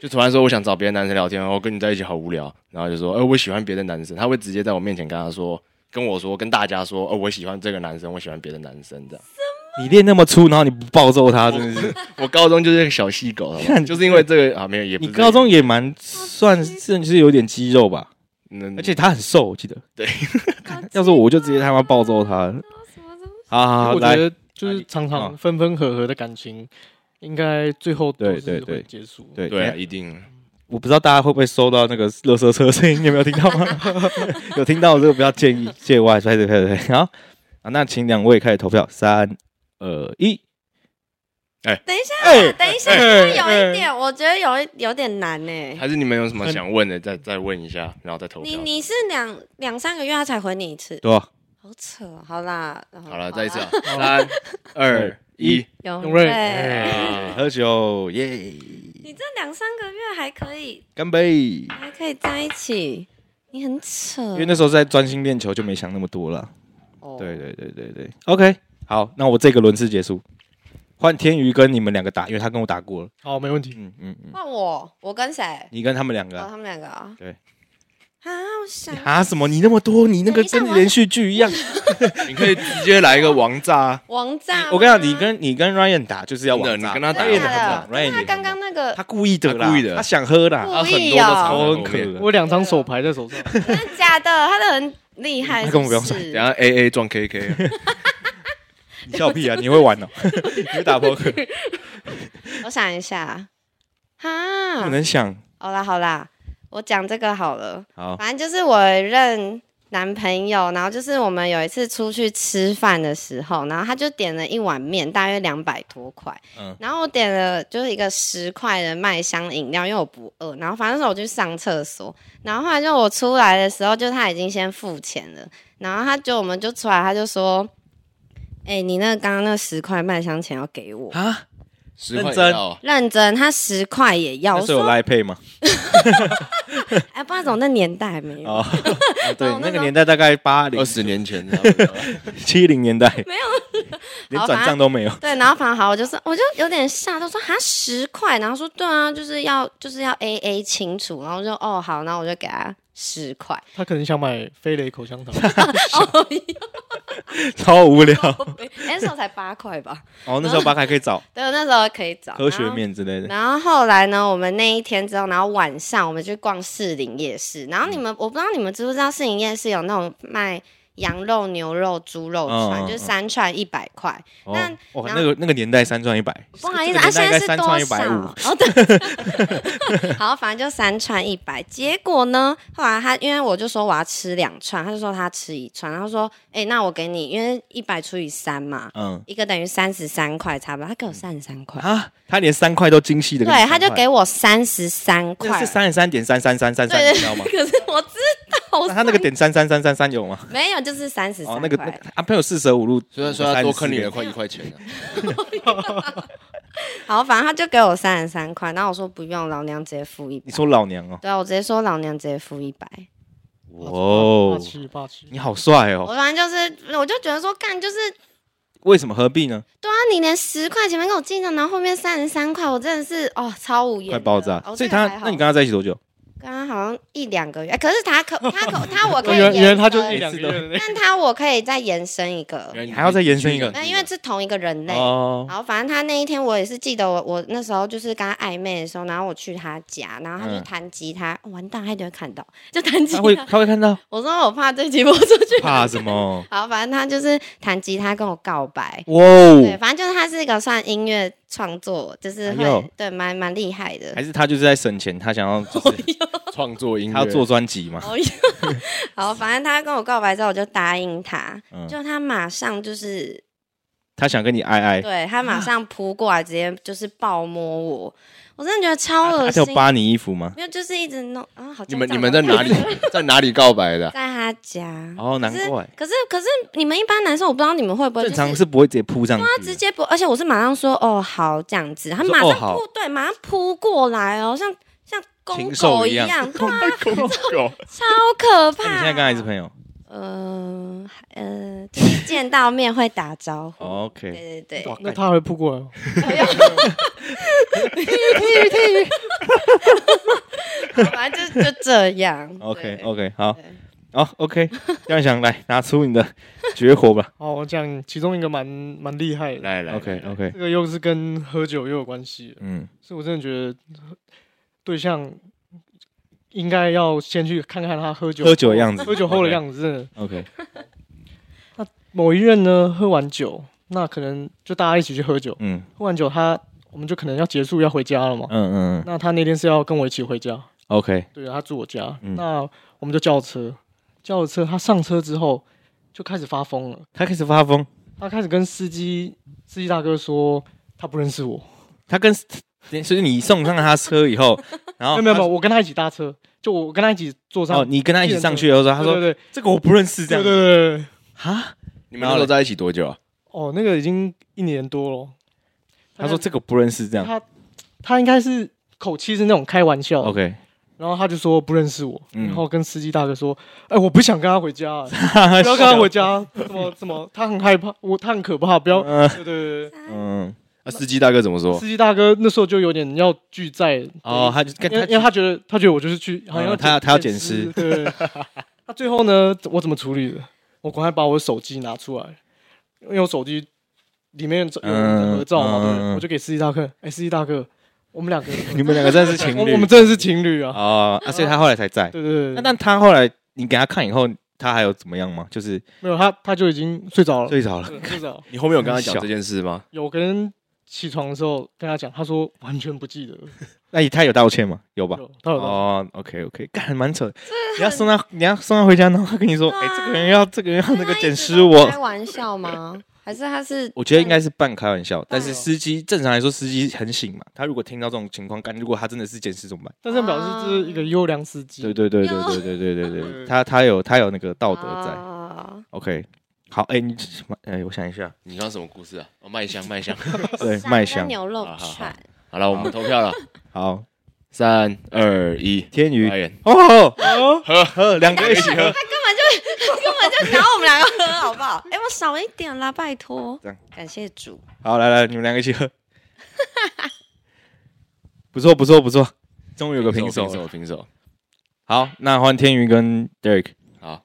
S3: 就突然说我想找别的男生聊天，我跟你在一起好无聊，然后就说，哎、我喜欢别的男生，他会直接在我面前跟他说。跟我说，跟大家说，哦，我喜欢这个男生，我喜欢别的男生， 这样。
S1: 你练那么粗，然后你不暴揍他，真的是。
S3: 我高中就是个小细狗，好不好
S1: 看
S3: 就是因为这个啊，没有，也不
S1: 你
S3: 是
S1: 高中也蛮算，甚至是有点肌肉吧，
S3: 嗯，
S1: 而且他很瘦，我记得。
S3: 对
S1: 看，要是 我就直接他妈暴揍他。好好，好
S4: 我觉
S1: 啊来，啊
S4: 得就是常常分分合合的感情，应该最后都
S1: 对对
S4: 是
S1: 对
S4: 会结束。
S1: 对
S3: 对啊，一定。
S1: 我不知道大家会不会收到那个垃 圾车声音，你有没有听到吗？有听到这个不要介意，界外，对对对对。然后啊，那请两位开始投票，三二一，
S2: 等一下，
S1: 哎
S2: 等一下，
S4: 哎
S2: 这有
S4: 哎
S2: 一点，我觉得有一有点难呢。
S3: 还是你们有什么想问的，再再问一下，然后再投
S2: 你
S3: 票。
S2: 你是两两三个月他才回你一次，
S1: 对啊吧？
S2: 好扯哦。好啦，
S3: 好了，再一次 啊，三二一，
S2: 永
S4: 永瑞
S2: 瑞，
S1: 哎
S4: 哎
S3: 啊
S1: 喝酒耶，
S2: 你这两三个月还可以，
S1: 干杯！
S2: 还可以在一起，你很扯。
S1: 因为那时候在专心练球，就没想那么多了。
S2: 嗯哦
S1: 对对对对对，OK，好，那我这个轮次结束，换天宇跟你们两个打，因为他跟我打过了。
S4: 好，没问题。
S1: 嗯嗯嗯，
S2: 换我，我跟谁？
S1: 你跟他们两个
S2: 哦，
S1: 啊
S2: 他们两个啊。
S1: 对。
S2: 啊，我想
S1: 啊什么？你那么多，你那个
S2: 等一下
S1: 跟
S2: 我要
S1: 连续剧一样。
S3: 你可以直接来一个王炸，
S2: 王炸吗，
S1: 我跟你讲，你跟你跟 Ryan 打就是要
S3: 真
S1: 玩炸，
S3: 的你跟他打
S1: Ryan
S2: 真
S1: 也
S2: 的假
S1: 很
S2: 的
S1: 棒，Ryan 也
S2: 那
S1: 很
S2: 刚刚那个
S1: 他故意的啦，
S3: 他故意的
S1: 他想喝啦，
S3: 啊他很多
S2: 故意
S3: 都
S2: 哦
S3: 藏在后
S1: 超可
S3: 面。
S1: 恶
S4: 我两
S2: 啊
S4: 张手牌在手上，
S2: 真的假的，他的很厉害，
S1: 他根本不用
S2: 是
S1: 算
S2: 不是
S3: 等一下 A A 撞 K 啊 K，
S1: 你笑屁啊！你会玩哦， 你会打 poker，
S2: 我想一下，
S1: 不
S2: 哈，
S1: 能想。
S2: 好啦好啦，我讲这个好了。
S1: 好，
S2: 反正就是我认男朋友，然后就是我们有一次出去吃饭的时候，然后他就点了一碗面，大约两百多块。
S1: 嗯
S2: 然后我点了就是一个十块的麦香饮料，因为我不饿。然后反正那时候我去上厕所，然后后来就我出来的时候，就他已经先付钱了，然后他就我们就出来，他就说：“哎、你那个刚刚那十块麦香钱要给我。”
S1: 啊，
S3: 十块
S1: 认真
S3: 也要啊
S2: 认真，他十块也要。
S1: 那
S2: 我
S1: 是有
S2: 说，
S1: 来配吗？
S2: 哎，不知道怎么那年代没有，
S1: 哦，对
S2: 那，
S1: 那
S2: 时
S1: 个
S2: 候
S1: 年代大概八零
S3: 二十年前差不多了，
S1: 七零年代没有， 连
S2: 好
S1: 转账
S2: 反正
S1: 都没有。
S2: 对，然后反正好，我就是我就有点吓到，说哈十块，然后说对啊，就是要就是要 A A 清楚，然后我就哦好，然后我就给他十块，
S4: 他可能想买飞雷口香糖。
S1: 超无聊。
S2: 哎那时候才八块吧，
S1: 哦，那时候八还可以找
S2: 对，那时候可以找
S1: 科学。面之类的。
S2: 然后然后后来呢？我们那一天之后，然后晚上我们去逛士林夜市。然后你们，
S1: 嗯
S2: 我不知道你们知不知道士林夜市有那种卖羊肉、牛肉、猪肉串，
S1: 嗯嗯
S2: 就是
S1: 嗯
S2: 三串一百块。
S1: 哦
S2: 那，
S1: 哇，
S2: 然后
S1: 那个那个年代三串一百，
S2: 不好意
S1: 这
S2: 思，
S1: 个年
S2: 啊，
S1: 代
S2: 现
S1: 应
S2: 在
S1: 该
S2: 是
S1: 三
S2: 多
S1: 串一
S2: 少？
S1: 百五。
S2: 哦，对， 好，反正就三串一百。结果呢，后来他因为我就说我要吃两串，他就说他吃一串，然后说，哎、那我给你，因为一百除以三嘛，
S1: 嗯
S2: 一个等于三十三块，差不多，他给我三十三块，
S1: 啊，他连三块都精细的。
S2: 对，他就给我三十三
S1: 那个
S2: 块
S1: 是。三十三点三三三三三，
S2: 对
S1: 你知道吗？
S2: 可是我知 道，
S1: 那他那个点三三三三三有吗？
S2: 没有，就是三十
S1: 哦
S2: 三，
S1: 那个那个啊，朋友四舍五入，
S3: 所以说他多坑你了快一块钱啊了。
S2: 好，反正他就给我三十三块，然后我说不用，老娘直接付一
S1: 你
S2: 百。
S1: 说老娘哦，
S2: 对啊，我直接说老娘直接付一百。
S1: 哇
S4: 霸
S1: 哦，
S4: 气霸气！
S1: 你好帅
S2: 我
S1: 哦，
S2: 反正就是，我就觉得说干就是
S1: 为什么何必呢？
S2: 对啊，你连十块前面跟我计较，然后后面三十三块，我真的是哦，超无言
S1: 快
S2: 的，
S1: 爆炸！
S2: 哦
S1: 所以
S2: 这个
S1: 他
S2: 还，好
S1: 那你跟他在一起多久？
S2: 跟他好像一两个月，哎可是他可他可他我
S1: 哦
S2: 可以
S4: 原原来
S2: 延
S4: 他就
S2: 伸，
S4: 一两个月的那个，
S2: 但他我可以再延伸一个，
S3: 原来你
S1: 还要再延伸一个
S2: 那因为是同一个人类。
S1: 哦，
S2: 然后反正他那一天我也是记得我我那时候就是跟他暧昧的时候，然后我去他家，然后他就
S1: 嗯
S2: 弹吉他，哦完蛋他一定会看到， 就弹吉
S1: 他会
S2: 他。
S1: 他会看 到，
S2: 我说我怕这集播出去，
S1: 怕什么？
S2: 好，反正他就是弹吉他跟我告白，
S1: 哇
S2: 对，
S1: 哦，
S2: 反正就是他是一个算音乐创作，就是会、
S1: 哎呦哎
S2: 对蛮蛮厉害的
S1: 还。是他就是在省钱，他想要就是
S3: 创作音乐，
S1: 他要做专辑嘛？
S2: 哦哟，好，反正他跟我告白之后，我就答应他，
S1: 嗯，
S2: 就他马上就是
S1: 他想跟你爱爱，
S2: 对他马上扑过来，直接就是抱摸我，我真的觉得
S1: 啊
S2: 超恶
S1: 他他
S2: 心
S1: 有。扒你衣服吗？
S2: 没有，就是一直弄啊，好像
S3: 你们
S2: 这
S3: 你
S2: 样
S3: 们在哪里 在哪里告白的 啊？
S2: 在他家。
S1: 哦，难怪，
S2: 可是可是你们一般男生，我不知道你们会不会、就
S1: 正
S2: 是、
S1: 常是不会直接扑上去
S2: 他直
S1: 的。
S2: 接不，而且我是马上说哦好这样子，他
S1: 说
S2: 马
S1: 哦
S2: 上扑、
S1: 好
S2: 对，马上扑过来哦，像像公
S1: 禽兽
S2: 狗
S1: 一样
S2: 样，对啊，
S3: 有
S2: 超 可怕。
S1: 那哎你现在跟还是朋友
S2: 呃呃，就是见到面会打招呼。
S1: 哦？OK，
S2: 对对对，
S4: 那他还会扑过来吗？
S2: 反正就就这样。
S1: OK 哦
S2: 对
S1: OK，好
S2: 对，
S1: 好 OK，这样 想来拿出你的绝活吧。
S4: 好，我讲其中一个蛮蛮厉害 的，
S3: 来来
S1: OK
S3: 来
S1: OK，
S4: 这个又是跟喝酒又有关系的，
S1: 嗯，
S4: 所以我真的觉得对象应该要先去看看他喝酒
S1: 喝酒的样子
S4: 喝酒后的样子。真的，
S1: OK，
S4: 某一任呢，喝完酒，那可能就大家一起去喝酒，
S1: 嗯
S4: 喝完酒他我们就可能要结束要回家了嘛
S1: 嗯。嗯嗯
S4: 那他那天是要跟我一起回家，啊
S1: ，OK，
S4: 对，他住我家，
S1: 嗯
S4: 那我们就叫车，叫了车，他上车之后，就开始发疯了。
S1: 他开始发疯，
S4: 他开始跟司机司机大哥说他不认识我，
S1: 他 跟所以你送上他车以后，然
S4: 没
S1: 后
S4: 有没有没有，我跟他一起搭车，就我跟他一起坐上。
S1: 哦，你跟他一起上去的时候，他
S4: 对
S1: 说
S4: 对对
S1: 这个我不认识这
S4: 对
S1: 样
S4: 对对对，
S1: 啊，
S3: 你们那时候在一起多久啊？
S4: 哦，那个已经一年多了。
S1: 他说这个不认识这样
S4: 他他应该是口气是那种开玩笑的
S1: ，OK，
S4: 然后他就说不认识我，
S1: 嗯
S4: 然后跟司机大哥说，哎、我不想跟他回家、 哎
S1: 他
S4: 不要跟他回家，怎么怎么，他很害怕，我他很可怕，不要，
S1: 啊嗯
S4: 对对对对
S1: 嗯，
S3: 那司机大哥怎么说
S4: 司？机大哥那时候就有点要拒载，
S1: 哦，他就
S4: 对
S1: 跟
S4: 因为
S1: 他
S4: 因为他觉得他觉得我就是去，好像要
S1: 嗯他要他要捡
S4: 尸
S1: 尸，
S4: 对对 对。那最后呢，我怎么处理的？我赶快把我手机拿出来，因为我手机里面有有我的合照嘛，
S1: 嗯
S4: 对
S1: 嗯
S4: 不
S1: 嗯
S4: 对，我就给司机大哥，哎，司机大哥，我们两个，
S1: 你们两个真的是情
S4: 我
S1: 侣，
S4: 我们真的是情侣啊，
S1: 哦啊，所以他后来才在。
S4: 对对对对
S1: 那。但他后来你给他看以后，他还有怎么样吗？就是
S4: 没有，他他就已经睡着了，
S1: 睡着了，
S4: 对睡着了。
S3: 你后面有跟他
S1: 小
S3: 讲这件事吗？
S4: 有个人起床的时候跟他讲，他说完全不记得。
S1: 那他有道歉吗？有吧？
S4: 有他有到
S1: 哦，OK OK，干蛮扯的。你要送他，你要送他回家，然后他跟你说，
S2: 对
S1: 哎，
S2: 啊
S1: 这个人要，这个人要那个捡尸
S2: 是他
S1: 我
S2: 开。玩笑吗？还是他是？
S1: 我觉得应该是半开玩笑，但
S4: 哦
S1: 是司机正常来说，司机很醒嘛。他如果听到这种情况，干如果他真的是捡尸怎么办？
S4: 但是表示这是一个优良司机。
S1: 对对对对对对对对对，他他有他有那个道德在。
S2: 在。
S1: OK，好，哎，你哎，我想一下，
S3: 你刚刚什么故事啊？哦，麦香，麦香。
S1: 对，啊麦
S2: 香
S1: 香，
S2: 牛肉
S3: 好好好
S2: 串，
S3: 好了，我们投票了，
S1: 好，
S3: 三二一，
S1: 天宇
S3: 白，眼。
S1: 哦，喝喝，两个一起喝。
S2: 根本就拿我们两个喝，好不好？哎、我少一点啦，拜托
S1: 这样。
S2: 感谢主，
S1: 好，来来，你们两个一起喝。 不错，不错，不错，终于有个平手
S3: 平
S1: 了。
S3: 手，平手。
S1: 好，那换天宇跟 Derek。
S3: 好，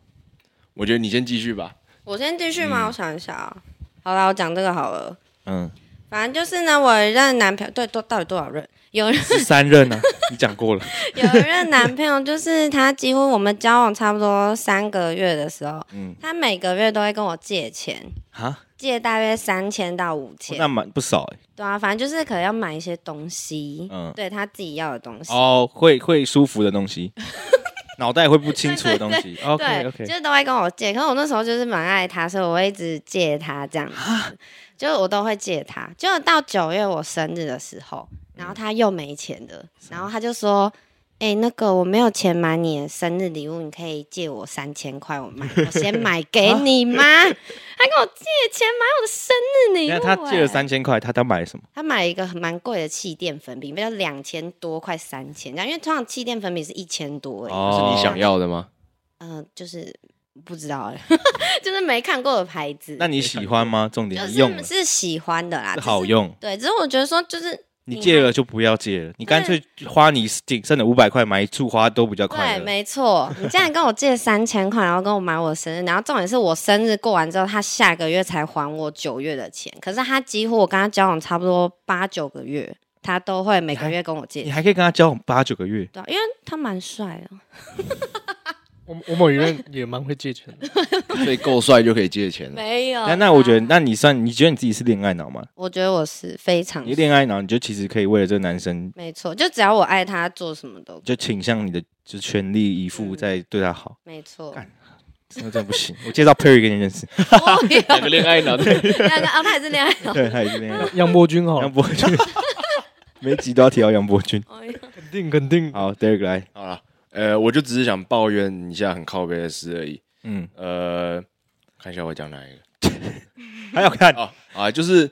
S3: 我觉得你先继续吧。
S2: 我先继续吗？我想一下啊。好啦，我讲这个好了。
S1: 嗯，
S2: 反正就是呢，我有一任男朋友，对，多到底多少任？有任
S1: 是三任啊，你讲过了。
S2: 有一任男朋友，就是他几乎我们交往差不多三个月的时候，
S1: 嗯，
S2: 他每个月都会跟我借钱，
S1: 啊，
S2: 借大约三千到五
S1: 哦
S2: 千
S1: 那。蛮不少哎。
S2: 对啊，反正就是可能要买一些东西，
S1: 嗯
S2: 对他自己要的东西。
S1: 哦，会会舒服的东 西，脑袋会不清楚的东西。哦
S2: 对
S1: OK
S2: 就
S1: OK，
S2: 是都会跟我借。可是我那时候就是蛮爱他，所以我会一直借他这样子，就是我都会借他。就到九月我生日的时候，
S1: 嗯
S2: 然后他又没钱了，然后他就说：“哎、那个我没有钱买你的生日礼物，你可以借我三千块，我买，我先 买给你吗？” 他跟我借钱买我的生日礼物、
S1: 那他借了
S2: 哎
S1: 三千块，他他买了什么？
S2: 他买了一个很蛮贵的气垫粉饼，要两千多，快三千这样，因为通常气垫粉饼是一千多而已。
S1: 哦
S3: 是你想要的吗？
S2: 呃，就是不知道 哎，就是没看过的牌子。
S1: 那你喜欢 吗？重点
S2: 就
S1: 你用
S2: 是
S1: 了，
S2: 是喜欢的啦，
S1: 是
S2: 只是
S1: 好。用。
S2: 对，只是我觉得说，就是
S1: 你借了就不要借了，你干脆花你仅剩的五百块买一束花都比较快
S2: 对，
S1: 乐。
S2: 没错，你竟然跟我借三千块，然后跟我买我生日，然后重点是我生日过完之后，他下个月才还我九月的钱。可是他几乎我跟他交往差不多八九个月，他都会每
S1: 啊
S2: 个月跟我借
S1: 你。还可以跟他交往八九个月。
S2: 对啊，因为他蛮帅
S1: 嗯
S2: 的，
S4: 我我某一任也蛮会借钱的，
S3: 所以够帅就可以借钱 了。
S2: 没有
S1: 那那我觉得，，那你算你觉得你自己是恋爱脑吗？
S2: 我觉得我是非常
S1: 你恋爱脑，你就其实可以为了这个男生，
S2: 没错，就只要我爱他，做什么都
S1: 就倾向你的，就全力以赴在对他好。
S2: 没错。
S1: 干那真的不行，我介绍 Perry 给你认识，
S2: 哦有
S3: 两个恋爱 脑，对
S2: 那个啊，他也是恋爱 脑。
S1: 对，他也是恋爱脑。
S4: 杨伯君好
S1: 杨
S4: 了，
S1: 伯君，每集都要提到杨伯君。
S2: 哎呀
S4: 肯定肯定。
S1: 好，Derek 来，
S3: 好了，呃，我就只是想抱怨一下很靠背的事而已。
S1: 嗯，
S3: 呃，看一下我讲哪一个
S1: 还有看，
S3: 哦啊，就是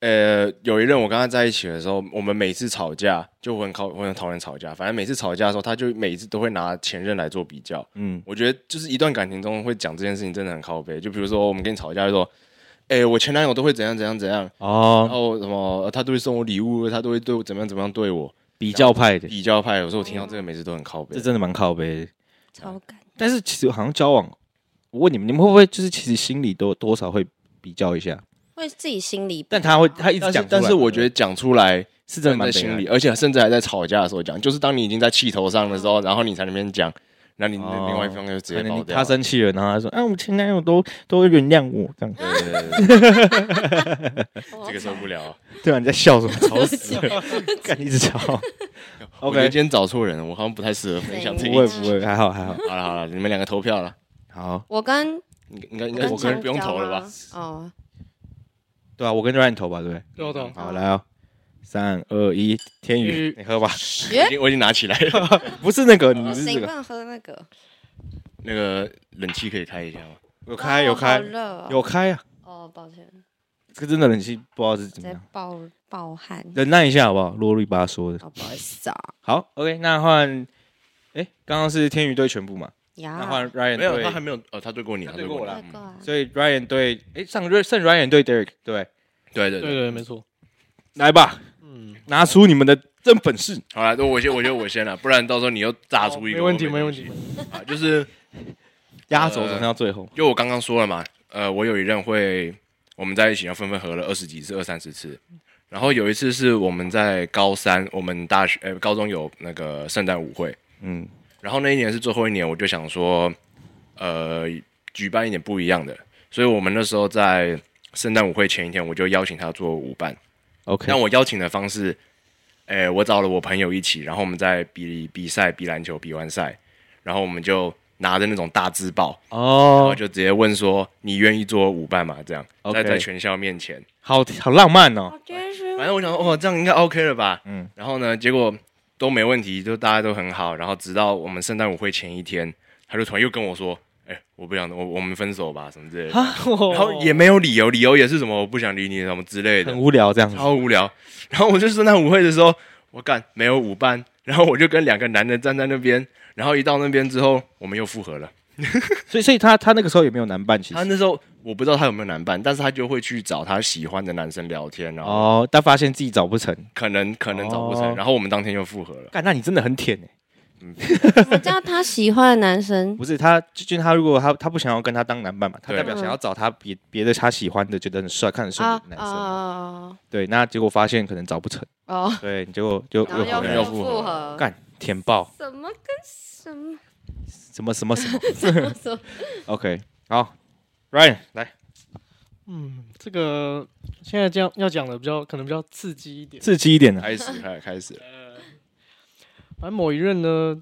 S3: 呃，有一任我跟他在一起的时候，我们每次吵架，就我很靠我很讨厌吵架，反正每次吵架的时候，他就每次都会拿前任来做比较。
S1: 嗯，
S3: 我觉得就是一段感情中会讲这件事情真的很靠背。就比如说我们跟你吵架就说，哎、我前男友都会怎样怎样怎样，然
S1: 哦，
S3: 后什么呃他都会送我礼物，他都会对我怎么样怎么样对我，
S1: 比较派的，
S3: 比较派。有时候我听到这个每次都很靠背
S1: 这。真的蛮靠背的。
S3: 哎
S2: 超感
S1: 但是其实好像交往，我问你们，你们会不会就是其实心里都多少会比较一下？
S2: 会自己心里，
S1: 但他会，他一直
S3: 但
S1: 讲
S3: 是
S1: 出来，
S3: 但是我觉得讲出来
S1: 是真的
S3: 真
S1: 蛮
S3: 的在
S1: 悲哀
S3: 心里，而且甚至还在吵架的时候讲，就是当你已经在气头上的时候，然后你才那边讲，那你
S1: 哦
S3: 另外一方就直接
S1: 可能
S3: 爆
S1: 你
S3: 掉
S1: 他。生气了，然后他说：“啊，我前男友都都会原谅我。”这样，
S3: 对对对对，这个受不 了啊。
S1: 对啊，你在笑什么？吵死了！ 干，一直 吵。
S3: 我觉得
S1: OK，
S3: 今天找错人了，我好像不太适合分享这
S1: 不
S3: 一
S1: 会
S3: 集。
S1: 不会，还好还好。
S3: 好了好了，你们两个投票了。
S1: 好，
S2: 我跟
S3: 应该应该应该我可能不用投了吧？？
S2: 哦，
S1: 对啊，我跟 Ryan 投吧，对不对？
S4: 对啊对啊
S1: 好，嗯来哦，三二一，天宇
S4: 宇，
S1: 你喝吧。
S3: 我已经我已经拿起来了，
S1: 不是那个，
S2: 不
S1: 你是这
S2: 行，不
S1: 个。
S2: 能喝那个，
S3: 那个冷气可以开一下吗？
S1: 有开
S2: 哦
S1: 有
S2: 好
S1: 开
S2: 热哦
S1: 有开啊！
S2: 哦，抱歉，
S1: 这真的冷气不知道是怎么
S2: 在
S1: 样，
S2: 暴暴汗，
S1: 忍耐一下好不好？啰里吧嗦的。
S2: 哦，不好意思啊，
S1: 好，OK，那换，哎，刚刚是天宇队全部嘛？
S2: 呀，啊
S1: 那换
S4: 哎
S1: Ryan
S3: 没有，他
S1: 队，
S3: 还没有，哦，他对过你，
S1: 他
S3: 他
S1: 对
S3: 对
S1: 过
S3: 过
S1: 我
S3: 我
S1: 啦
S3: 了
S2: 快。过
S3: 嗯
S2: 来
S1: 所以 Ryan 队，哎，上热剩 Ryan 队 Derek 对，
S3: 对对
S4: 对
S3: 对，
S4: 对，没错。
S1: 来吧，
S4: 嗯，
S1: 拿出你们的真本事。
S3: 好了，那我先，我觉得我先了，不然到时候你又炸
S4: 好
S3: 出一个。
S4: 没问题，
S3: 我
S4: 没
S3: 没
S4: 问题。。
S3: 啊，就是
S1: 压轴走到最后，
S3: 就我刚刚说了嘛，呃，我有一任会我们在一起，要纷纷合了二十几次、二三十次。然后有一次是我们在高三，我们大学呃高中有那个圣诞舞会，
S1: 嗯，
S3: 然后那一年是最后一年，我就想说，呃，举办一点不一样的，所以我们那时候在圣诞舞会前一天，我就邀请他做舞伴。
S1: OK，
S3: 那我邀请的方式，诶、我找了我朋友一起，然后我们在比比赛、比篮球、比完赛，然后我们就拿着那种大字报，然后
S1: 哦，
S3: 就直接问说：“你愿意做舞伴吗？”这样
S1: OK
S3: 在在全校面前，
S1: 好好浪漫哦。
S2: 好真是
S3: 反正我想说，哦，这样应该 OK 了吧？
S1: 嗯
S3: 嗯，然后呢，结果都没问题，就大家都很好。然后直到我们圣诞舞会前一天，他就突然又跟我说：“哎、我不想，我我们分手吧，什么之类的。”然
S4: 然
S3: 后也没有理由，理由也是什么我不想理你什么之类的
S1: 很，无聊这样子，
S3: 超无聊。然后我就圣诞舞会的时候，我干没有舞伴，然后我就跟两个男的站在那边，然后一到那边之后，我们又复合了。
S1: 所以所以他他那个时候也没有男伴，其
S3: 他
S1: 实
S3: 那时候我不知道他有没有男伴，但是他就会去找他喜欢的男生聊天，然后
S1: 哦，但发现自己找不成，
S3: 可能可能找不
S1: 哦
S3: 成，然后我们当天就复合了。
S1: 干，那你真的很舔哎、
S2: 我知道他喜欢的男 生
S1: 不是他，就就他如果他他不想要跟他当男伴嘛，他
S3: 对
S1: 代表想要找他别别的他喜欢的，觉得很帅、看很顺
S2: 啊
S1: 眼的男生，
S2: 哦
S1: 对，那结果发现可能找不成，
S2: 哦哦，
S1: 对，结果就
S2: 然
S1: 又
S2: 后
S1: 回
S3: 又
S1: 来
S2: 又
S1: 了
S3: 复
S2: 复
S3: 合
S2: 合，
S1: 干舔爆
S2: 什么跟什 么？
S1: 什么什么什么
S2: 什么
S1: ，OK，好，Ryan 来
S4: 嗯，这个现在这样要讲的比较可能比较刺激一点。
S1: 刺激一点啊的，
S3: 开始开始开始了，
S4: 反正某一任呢，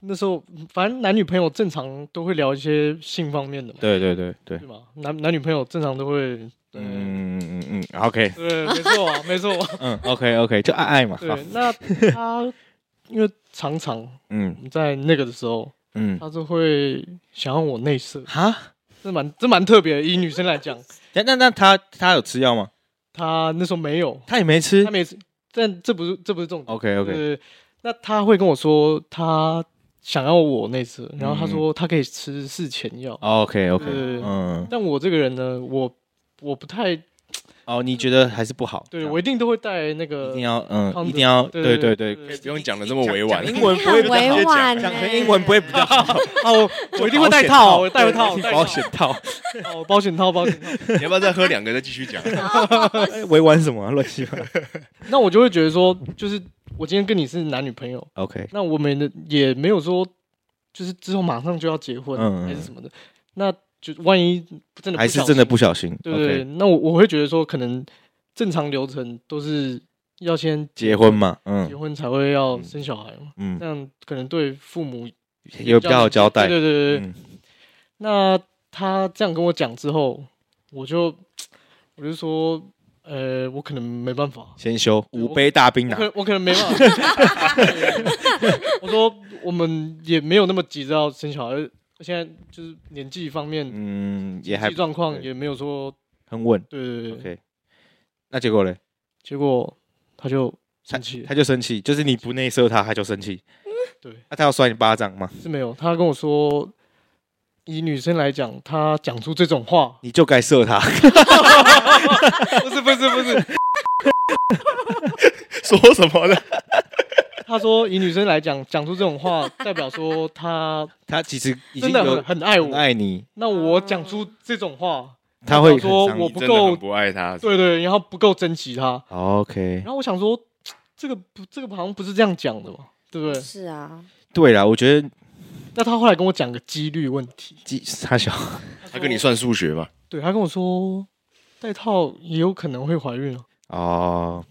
S4: 那时候反正男女朋友正常都会聊一些性方面的嘛，
S1: 对对对对
S4: 对，吗？男男女朋友正常都会，嗯，
S1: 嗯嗯嗯嗯，OK，
S4: 对，没错啊，没错啊。
S1: 嗯 OK OK，就爱爱嘛，好
S4: 对，那他因为常常
S1: 嗯
S4: 我们在那个的时候，
S1: 嗯，
S4: 他就会想要我内射，
S1: 哈，
S4: 这蛮这蛮特别的。以女生来讲，
S1: 那那那他他有吃药吗？
S4: 他那时候没有，
S1: 他也没吃
S4: 他每次，但这不是这不是重点。
S1: 哦，OK
S4: 对
S1: OK，
S4: 对对那他会跟我说他想要我内射，然后他说他可以吃事前药，
S1: OK 嗯哦 OK，
S4: 对对对
S1: 嗯，
S4: 但我这个人呢，我我不太
S1: 哦，你觉得还是不好？
S4: 对我一定都会带那
S1: 一
S4: 个
S1: 定，要，嗯，
S4: 康
S1: 一
S4: 德
S1: 定要，对
S4: 对
S1: 对
S4: 对
S1: 对，
S4: 对
S3: 可以不用讲的这么委婉
S1: 讲。英文
S2: 你
S1: 不会
S2: 很
S1: 比较
S2: 委婉呢，
S1: 讲成英文不会比 较好，
S4: 哦，我一定会带欸套，我带套，带
S1: 保险套，
S4: 套哦，保险套，保险套。
S3: 你要不要再喝两个再继续讲？
S1: 哎委婉什么啊乱七八糟。
S4: 那我就会觉得说，就是我今天跟你是男女朋友，
S1: OK，
S4: 那我们的也没有说，就是之后马上就要结婚、
S1: 嗯嗯
S4: 还是什么的，那就万一真的不
S1: 还是
S4: 小
S1: 真的
S4: 心
S1: 不小心。
S4: 对对
S1: OK，
S4: 对那我我会觉得说，可能正常流程都是要先
S1: 结婚嘛，嗯
S4: 结婚才会要生小孩嘛，
S1: 嗯
S4: 这，样可能对父母
S1: 有比较好交代。
S4: 对对对对，
S1: 嗯
S4: 那他这样跟我讲之后，我就我就说，呃，我可能没办法，
S1: 先修
S4: 对
S1: 五杯大冰
S4: 我
S1: 拿
S4: 可，能我可能没办法。 我说我们也没有那么急着要生小孩，而现在就是年纪方面，
S1: 嗯，也
S4: 经
S1: 还
S4: 济状况
S1: 对
S4: 也没有说
S1: 很稳。
S4: 对对对对
S1: OK，那结果嘞？
S4: 结果他就
S1: 他
S4: 生气了
S1: 他就生气，就是你不内射他，他就生气。
S4: 对，
S1: 那他要摔你巴掌吗？，
S4: 是没有，他跟我说。以女生来讲，她讲出这种话
S1: 你就该射他。
S4: 不是不是不是，
S3: 说什么呢？
S4: 他说以女生来讲，讲出这种话，代表说她
S1: 他其实已经
S4: 真的很
S1: 有
S4: 很爱
S1: 很
S4: 我。
S1: 爱你，
S4: 那我讲出这种话，
S1: 他会
S4: 他说
S1: 很伤
S4: 我
S1: 你
S3: 你真的
S4: 不够
S3: 很不爱他，
S4: 对对，然后不够珍惜她，
S1: OK，
S4: 然后我想说，这个不，这个好像不是这样讲的嘛，对不对？
S2: 是啊，
S1: 对啦，我觉得
S4: 那他后来跟我讲个几率问题，
S1: 鸡他小
S3: 他跟你算数学嘛？
S4: 对他跟我说，戴套也有可能会怀孕啊。
S1: 哦，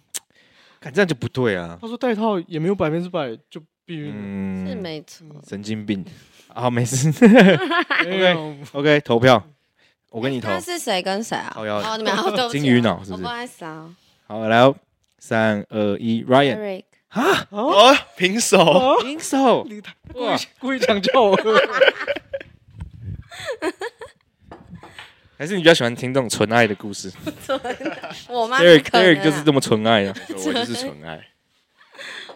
S1: 看这样就不对啊，
S4: 他说戴套也没有百分之百就避孕，
S2: 是
S1: 嗯，
S2: 没错。
S1: 神经病。好，没事。
S4: 没有
S1: OK，投票，我跟你投
S2: 那。是谁跟谁啊？
S1: 靠腰
S2: 哦，你们好，对不起 啊
S1: 金鱼脑是不
S2: 我
S1: 是
S2: 不好意思啊
S1: 好，来哦，三二一，Ryan，
S2: ，Eric，
S3: 哦，平手，
S1: 平手。
S4: 你他故
S1: 哇
S4: 意故意想叫我喝，
S1: 还是你比较喜欢听这种纯爱的故事
S2: 我吗
S1: ？Derek
S2: 可能啊
S1: Derek 就是这么纯爱的。
S3: 我就是纯爱。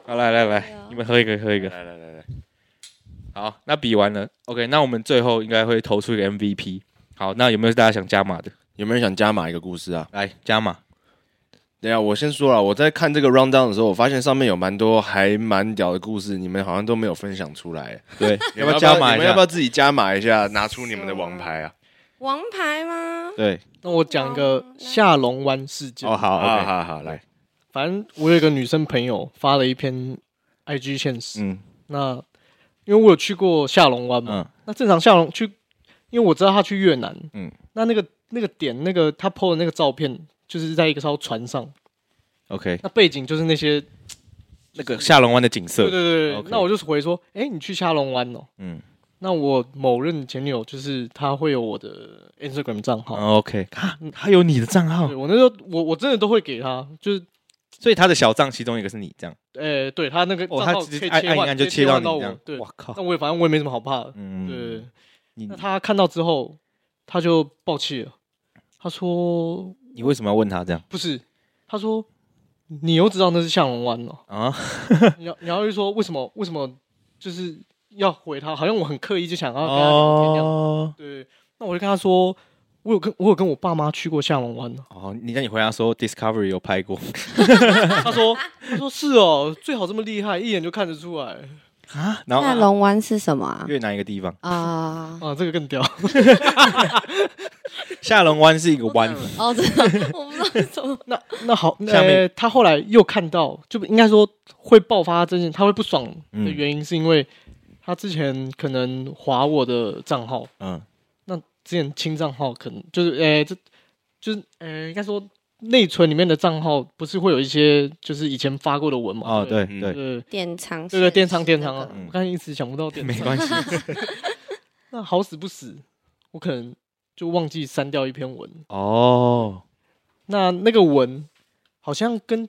S1: 好，来来
S2: 对啊
S1: 来，你们喝一个，喝一个。
S3: 来来来来，
S1: 好，那比完了，OK，那我们最后应该会投出一个 MVP。好，那有没有大家想加码的？
S3: 有没有人想加码一个故事啊？
S1: 来加码，
S3: 等一下，我先说了，我在看这个 round down 的时候，我发现上面有蛮多还蛮屌的故事，你们好像都没有分享出来。
S1: 对，
S3: 你
S1: 要
S3: 们
S1: 不要
S3: 要
S1: 加
S3: 不要
S1: 码
S3: 你
S1: 一
S3: 们要不
S1: 下
S3: 要？自己加码一下，拿出你们的王牌啊？
S2: 王牌吗？
S1: 对，
S4: 那我讲一个下龙湾事件。
S1: 哦好，OK，
S3: 好哎好好，来，
S4: 反正我有一个女生朋友发了一篇 IG 现实，
S1: 嗯
S4: 那因为我有去过下龙湾嘛，
S1: 嗯
S4: 那正常下龙去，因为我知道她去越南，
S1: 嗯
S4: 那那个那个点，那个她 PO 的那个照片，就是在一艘船上，
S1: ，OK，
S4: 那背景就是那些，
S1: 那个下龙湾的景
S4: 对对
S1: 色，
S4: 对。
S1: OK
S4: 那我就回说，哎、你去下龙湾哦。
S1: 嗯
S4: 那我某任前女友就是她会有我的 Instagram 账号，
S1: ，OK，啊他有你的账号
S4: 对，我那时候我我真的都会给她，就是
S1: 所以他的小账其中一个是你这样，
S4: 呃、对她那个账
S1: 哦，他
S4: 号可
S1: 直
S4: 以
S1: 接
S4: 切
S1: 按按
S4: 换，
S1: 一按就
S4: 直接
S1: 切
S4: 换
S1: 到
S4: 到
S1: 你这样
S4: 我，，对。
S1: 哇靠，
S4: 那我也反正我也没什么好怕的，对。
S1: 嗯，你
S4: 那他看到之后，他就爆气了。他说
S1: 你为什么要问他这样：“
S4: 不是，他说你又知道那是向龙湾了。
S1: 啊？
S4: 然后然后又说为什么为什么就是要回他？好像我很刻意就想要跟他聊天这样。
S1: 哦。
S4: 对，那我就跟他说，我有跟我有跟我爸妈去过向龙湾呢
S1: 哦，你让你回答说 Discovery 有拍过
S4: 他说他说是哦，最好这么厉害，一眼就看得出来
S1: 啊，然
S2: 那
S1: 后
S2: 龙湾是什么啊？
S1: 越南一个地方，
S2: 啊，
S4: 啊，这个更屌。
S1: 下龙湾是一个湾，
S2: 哦，真的， 我不知道是什么。
S4: 那那好，那、
S1: 下面
S4: 他后来又看到，就应该说会爆发这件，他会不爽的
S1: 嗯
S4: 原因是因为他之前可能划我的账号，
S1: 嗯
S4: 那之前清账号可能就是呃，这就是呃，应该说内存里面的账号不是会有一些就是以前发过的文嘛？
S1: 哦，对
S3: 嗯
S1: 对，
S4: 对
S2: 典藏
S4: 对对，电仓电仓啊，
S1: 嗯
S4: 我刚才一直想不到电
S1: 没
S4: 仓，
S1: 关系，
S4: 那好死不死，我可能就忘记删掉一篇文，
S1: 哦，
S4: 那那个文好像跟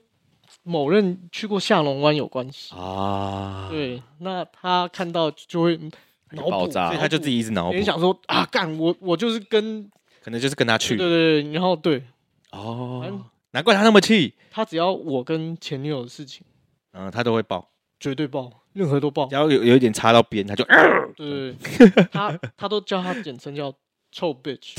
S4: 某人去过下龙湾有关系。
S1: 啊，
S4: 对，那他看到就会嗯脑补
S3: 爆炸
S1: 所以他就自己一直脑补
S4: 联，想说啊，干我我就是跟
S1: 可能就是跟他去
S4: 对对对，然后对反
S1: 哦
S4: 正，
S1: 难怪他那么气，
S4: 他只要我跟前女友的事情，
S1: 嗯，他都会爆，
S4: 绝对爆，任何都爆。
S1: 然后有有一点插到边，他就 啊，
S4: 对对对，他他都叫他简称叫臭 bitch。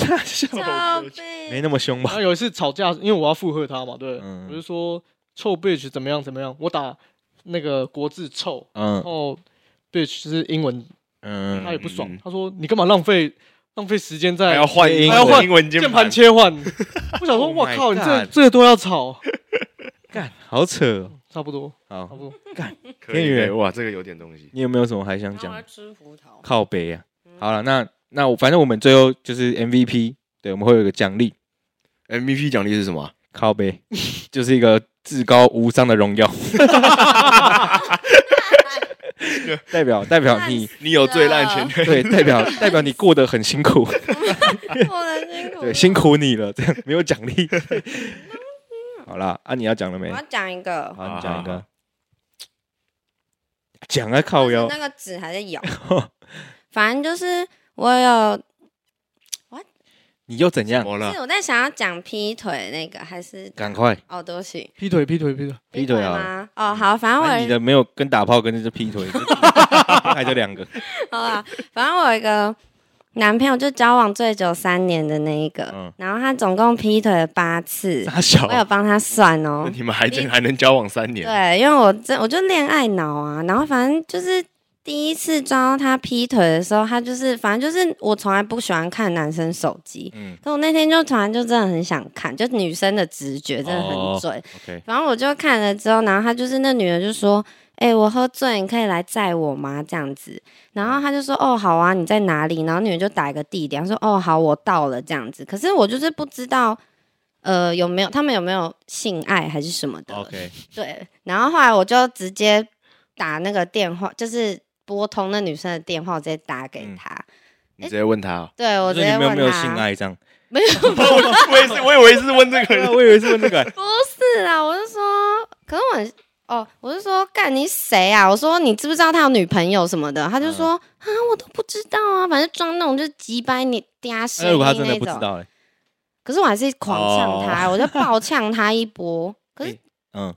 S2: 照
S1: 没
S2: 片，
S1: 那么凶
S4: 然
S1: 吧？
S4: 后有一次吵架，因为我要附和他嘛，对，
S1: 嗯
S4: 我就说臭 bitch 怎么样怎么样，我打那个国字臭，然
S1: 嗯
S4: 后 bitch 是英文他
S1: 嗯，
S4: 也不爽，
S3: 嗯
S4: 他说你干嘛浪费浪费时间在
S3: 还要哎换
S1: 英
S3: 英
S1: 文
S3: 文英文键
S4: 键
S3: 盘
S4: 盘，切换？ 我想说，
S1: Oh
S4: 我
S1: my
S4: 靠，你这
S1: God
S4: 这都要吵，
S1: 干，好扯
S4: 差不多，
S1: 哦，
S4: 差
S1: 好，
S4: 不多。
S3: 可以
S1: 天宇
S3: 可以哇，这个有点东西。
S1: 你有没有什么还想讲？
S2: 吃葡萄。
S1: 靠北啊。
S4: 嗯
S1: 好了，那那我反正我们最后就是 MVP，对，我们会有一个奖励，哎
S3: MVP 奖励是什么啊？
S1: 靠 北，就是一个至高无上的荣耀，代表代表你
S3: 你有最烂前女
S1: 对，代表代表你过得很辛苦，
S2: 我的辛苦。
S1: 对，辛。苦你了，这样没有奖励。好啦，啊，你要讲了
S2: 我
S1: 没？
S2: 要讲一个，
S1: 好，你讲一
S3: 好
S1: 个，讲啊，靠腰
S2: 那个纸还在咬。 反正就是我有，
S1: 嗯你又怎样
S3: 怎？么
S2: 是
S3: 了？
S2: 我在想要讲劈腿那个，还是
S1: 赶快，
S2: 哦，对不起，
S4: 劈腿，劈腿，劈腿，
S1: 劈腿啊
S2: 吗？哦，好，反正
S1: 啊
S2: 我
S1: 你
S2: 有
S1: 的没有跟打炮跟这劈腿，还就两个，
S2: 好啦，反正我有一个男朋友，就交往最久三年的那一个，
S1: 嗯
S2: 然后他总共劈腿了八 次，
S1: 傻小
S2: 我有帮他算哦
S3: 那。你们还真还能交往三年？
S2: 对，因为我这我就恋爱脑啊，然后反正就是第一次抓到他劈腿的时候，他就是反正就是我从来不喜欢看男生手机，
S1: 嗯
S2: 可我那天就突然就真的很想看，就女生的直觉真的很准，
S1: 哦，OK，
S2: 然后我就看了之后，然后他就是那女的就说：“哎、我喝醉，你可以来载我吗？”这样子，然后他就说：“哦，好啊，你在哪里？”然后女的就打一个地点，说：“哦，好，我到了。”这样子，可是我就是不知道，呃，有没有他们有没有性爱还是什么的
S1: OK，
S2: 对，然后后来我就直接打那个电话，就是拨通那女生的电话，我直接打给
S1: 嗯
S2: 他。
S3: 你直接问他哦，
S2: 对我
S1: 就
S2: 直
S1: 是你
S2: 接
S1: 们有
S2: 问
S1: 没有
S2: 他
S1: 性爱这样？
S2: 没有，
S3: 我我也是，我以为是问这个
S1: 对啊
S3: 人。
S1: 我以为是问这个、欸，
S2: 不是啊，我是说，可是我很哦，我是说，干你谁啊？我说你知不知道他有女朋友什么的？
S1: 嗯
S2: 他就说、啊，我都不知道啊，反正装那种就是急掰你嗲声
S1: 那
S2: 音
S1: 如果他真的
S2: 那
S1: 不知
S2: 种。
S1: 道、欸，哦
S2: 可是我还是狂呛 他，我就暴呛他一波。可是
S1: 哎嗯，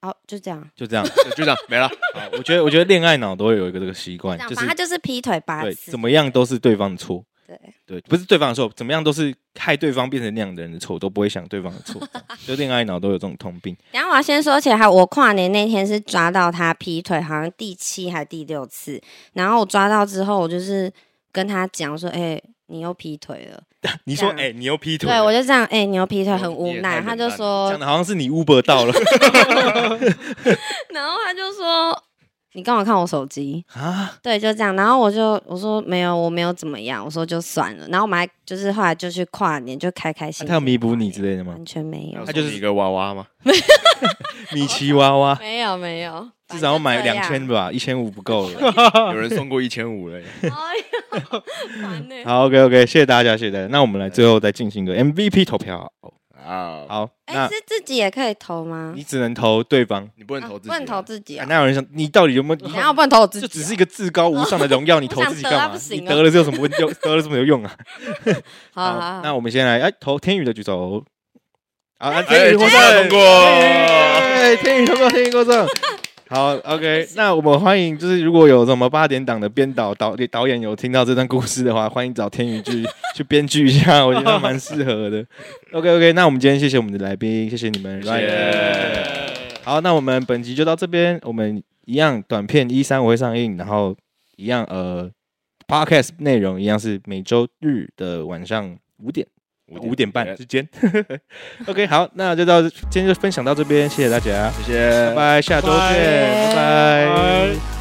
S2: 哦，就这样，
S1: 就这样。
S3: 就这样没了。
S1: 好我觉得，我觉得恋爱脑都会有一个这个习
S2: 这
S1: 惯
S2: 样，，
S1: 就
S2: 反正他
S1: 是
S2: 就是劈腿八
S1: 对
S2: 次
S1: 怎。么样都是对方的错，
S2: 对，
S1: 对，不是对方的错，怎么样都是害对方变成那样的人的错，我都不会想对方的错， 这样就恋爱脑都有这种通病。
S2: 然后我要先说起来，我跨年那天是抓到他劈腿，好像第七还第六次。然后我抓到之后，我就是跟他讲说：“哎、你又劈腿了。”
S1: 你说，
S2: 这
S1: 哎、你又劈腿了，
S2: 对，我就这样，哎、牛皮腿
S3: 哦
S2: 很
S3: 你
S2: 无
S3: 也
S2: 奈，
S3: 太
S2: 他
S3: 冷
S2: 就
S3: 淡了
S2: 说
S1: 讲，的好像是你 Uber 到了
S2: 然后他就说，你干嘛看我手机？
S1: 啊，
S2: 对，就这样。然后我就我说没有，我没有怎么样，我说就算了。然后我们还就是后来就去跨年，就开开心心
S1: 他有弥补
S2: 跨
S1: 你
S2: 年
S1: 之类的吗？
S2: 完全没有
S3: 他，就是一个娃娃嘛，
S1: 米奇娃娃
S2: 没有没有，
S1: 至少要买
S2: 反正
S1: 两
S2: 就这样
S1: 千。吧，一千五不够了。
S3: 有人送过一千五嘞。
S2: 哎呦，烦呢、欸
S1: 好，OK OK，谢谢大家，谢谢大家。那我们来最后再进行一个 MVP 投票。
S3: 啊，
S1: 好，
S2: 哎、
S1: 那
S2: 是自己也可以投吗？
S1: 你只能投对方。
S3: 你不
S2: 不
S3: 能投自己
S2: 不
S3: 啊，
S2: 能投自己
S1: 啊
S2: 啊！
S1: 哪有人想你到底有没有？
S2: 然后不能投我自己
S1: 就
S2: 啊、
S1: 只是一个至高无上的荣耀，你投自己干
S2: 我想得啊
S1: 嘛
S2: 不？行
S1: 你
S2: 啊
S1: 得了是有什么用？得了是没有用啊？
S2: 好好好
S1: 那我们先来哎，投天宇的举手。好，啊
S3: 哎，
S1: 天宇获
S3: 通
S1: 胜。
S3: 过。
S1: 哎，天宇通过，天宇获胜。哎好，OK，那我们欢迎，就是如果有什么八点档的编导导导演有听到这段故事的话，欢迎找天宇去去编剧一下，我觉得蛮适合 的。OK，OK，那我们今天谢谢我们的来宾，谢谢你们，
S3: 谢
S1: 好，那我们本集就到这边。我们一样短片一三五会上映，然后一样呃，podcast 内容一样是每周日的晚上五点五点半之间。OK，好，那就到今天就分享到这边，谢谢大家，
S3: 谢谢，
S1: 拜拜，下周见，
S4: 拜
S1: 拜拜
S4: 拜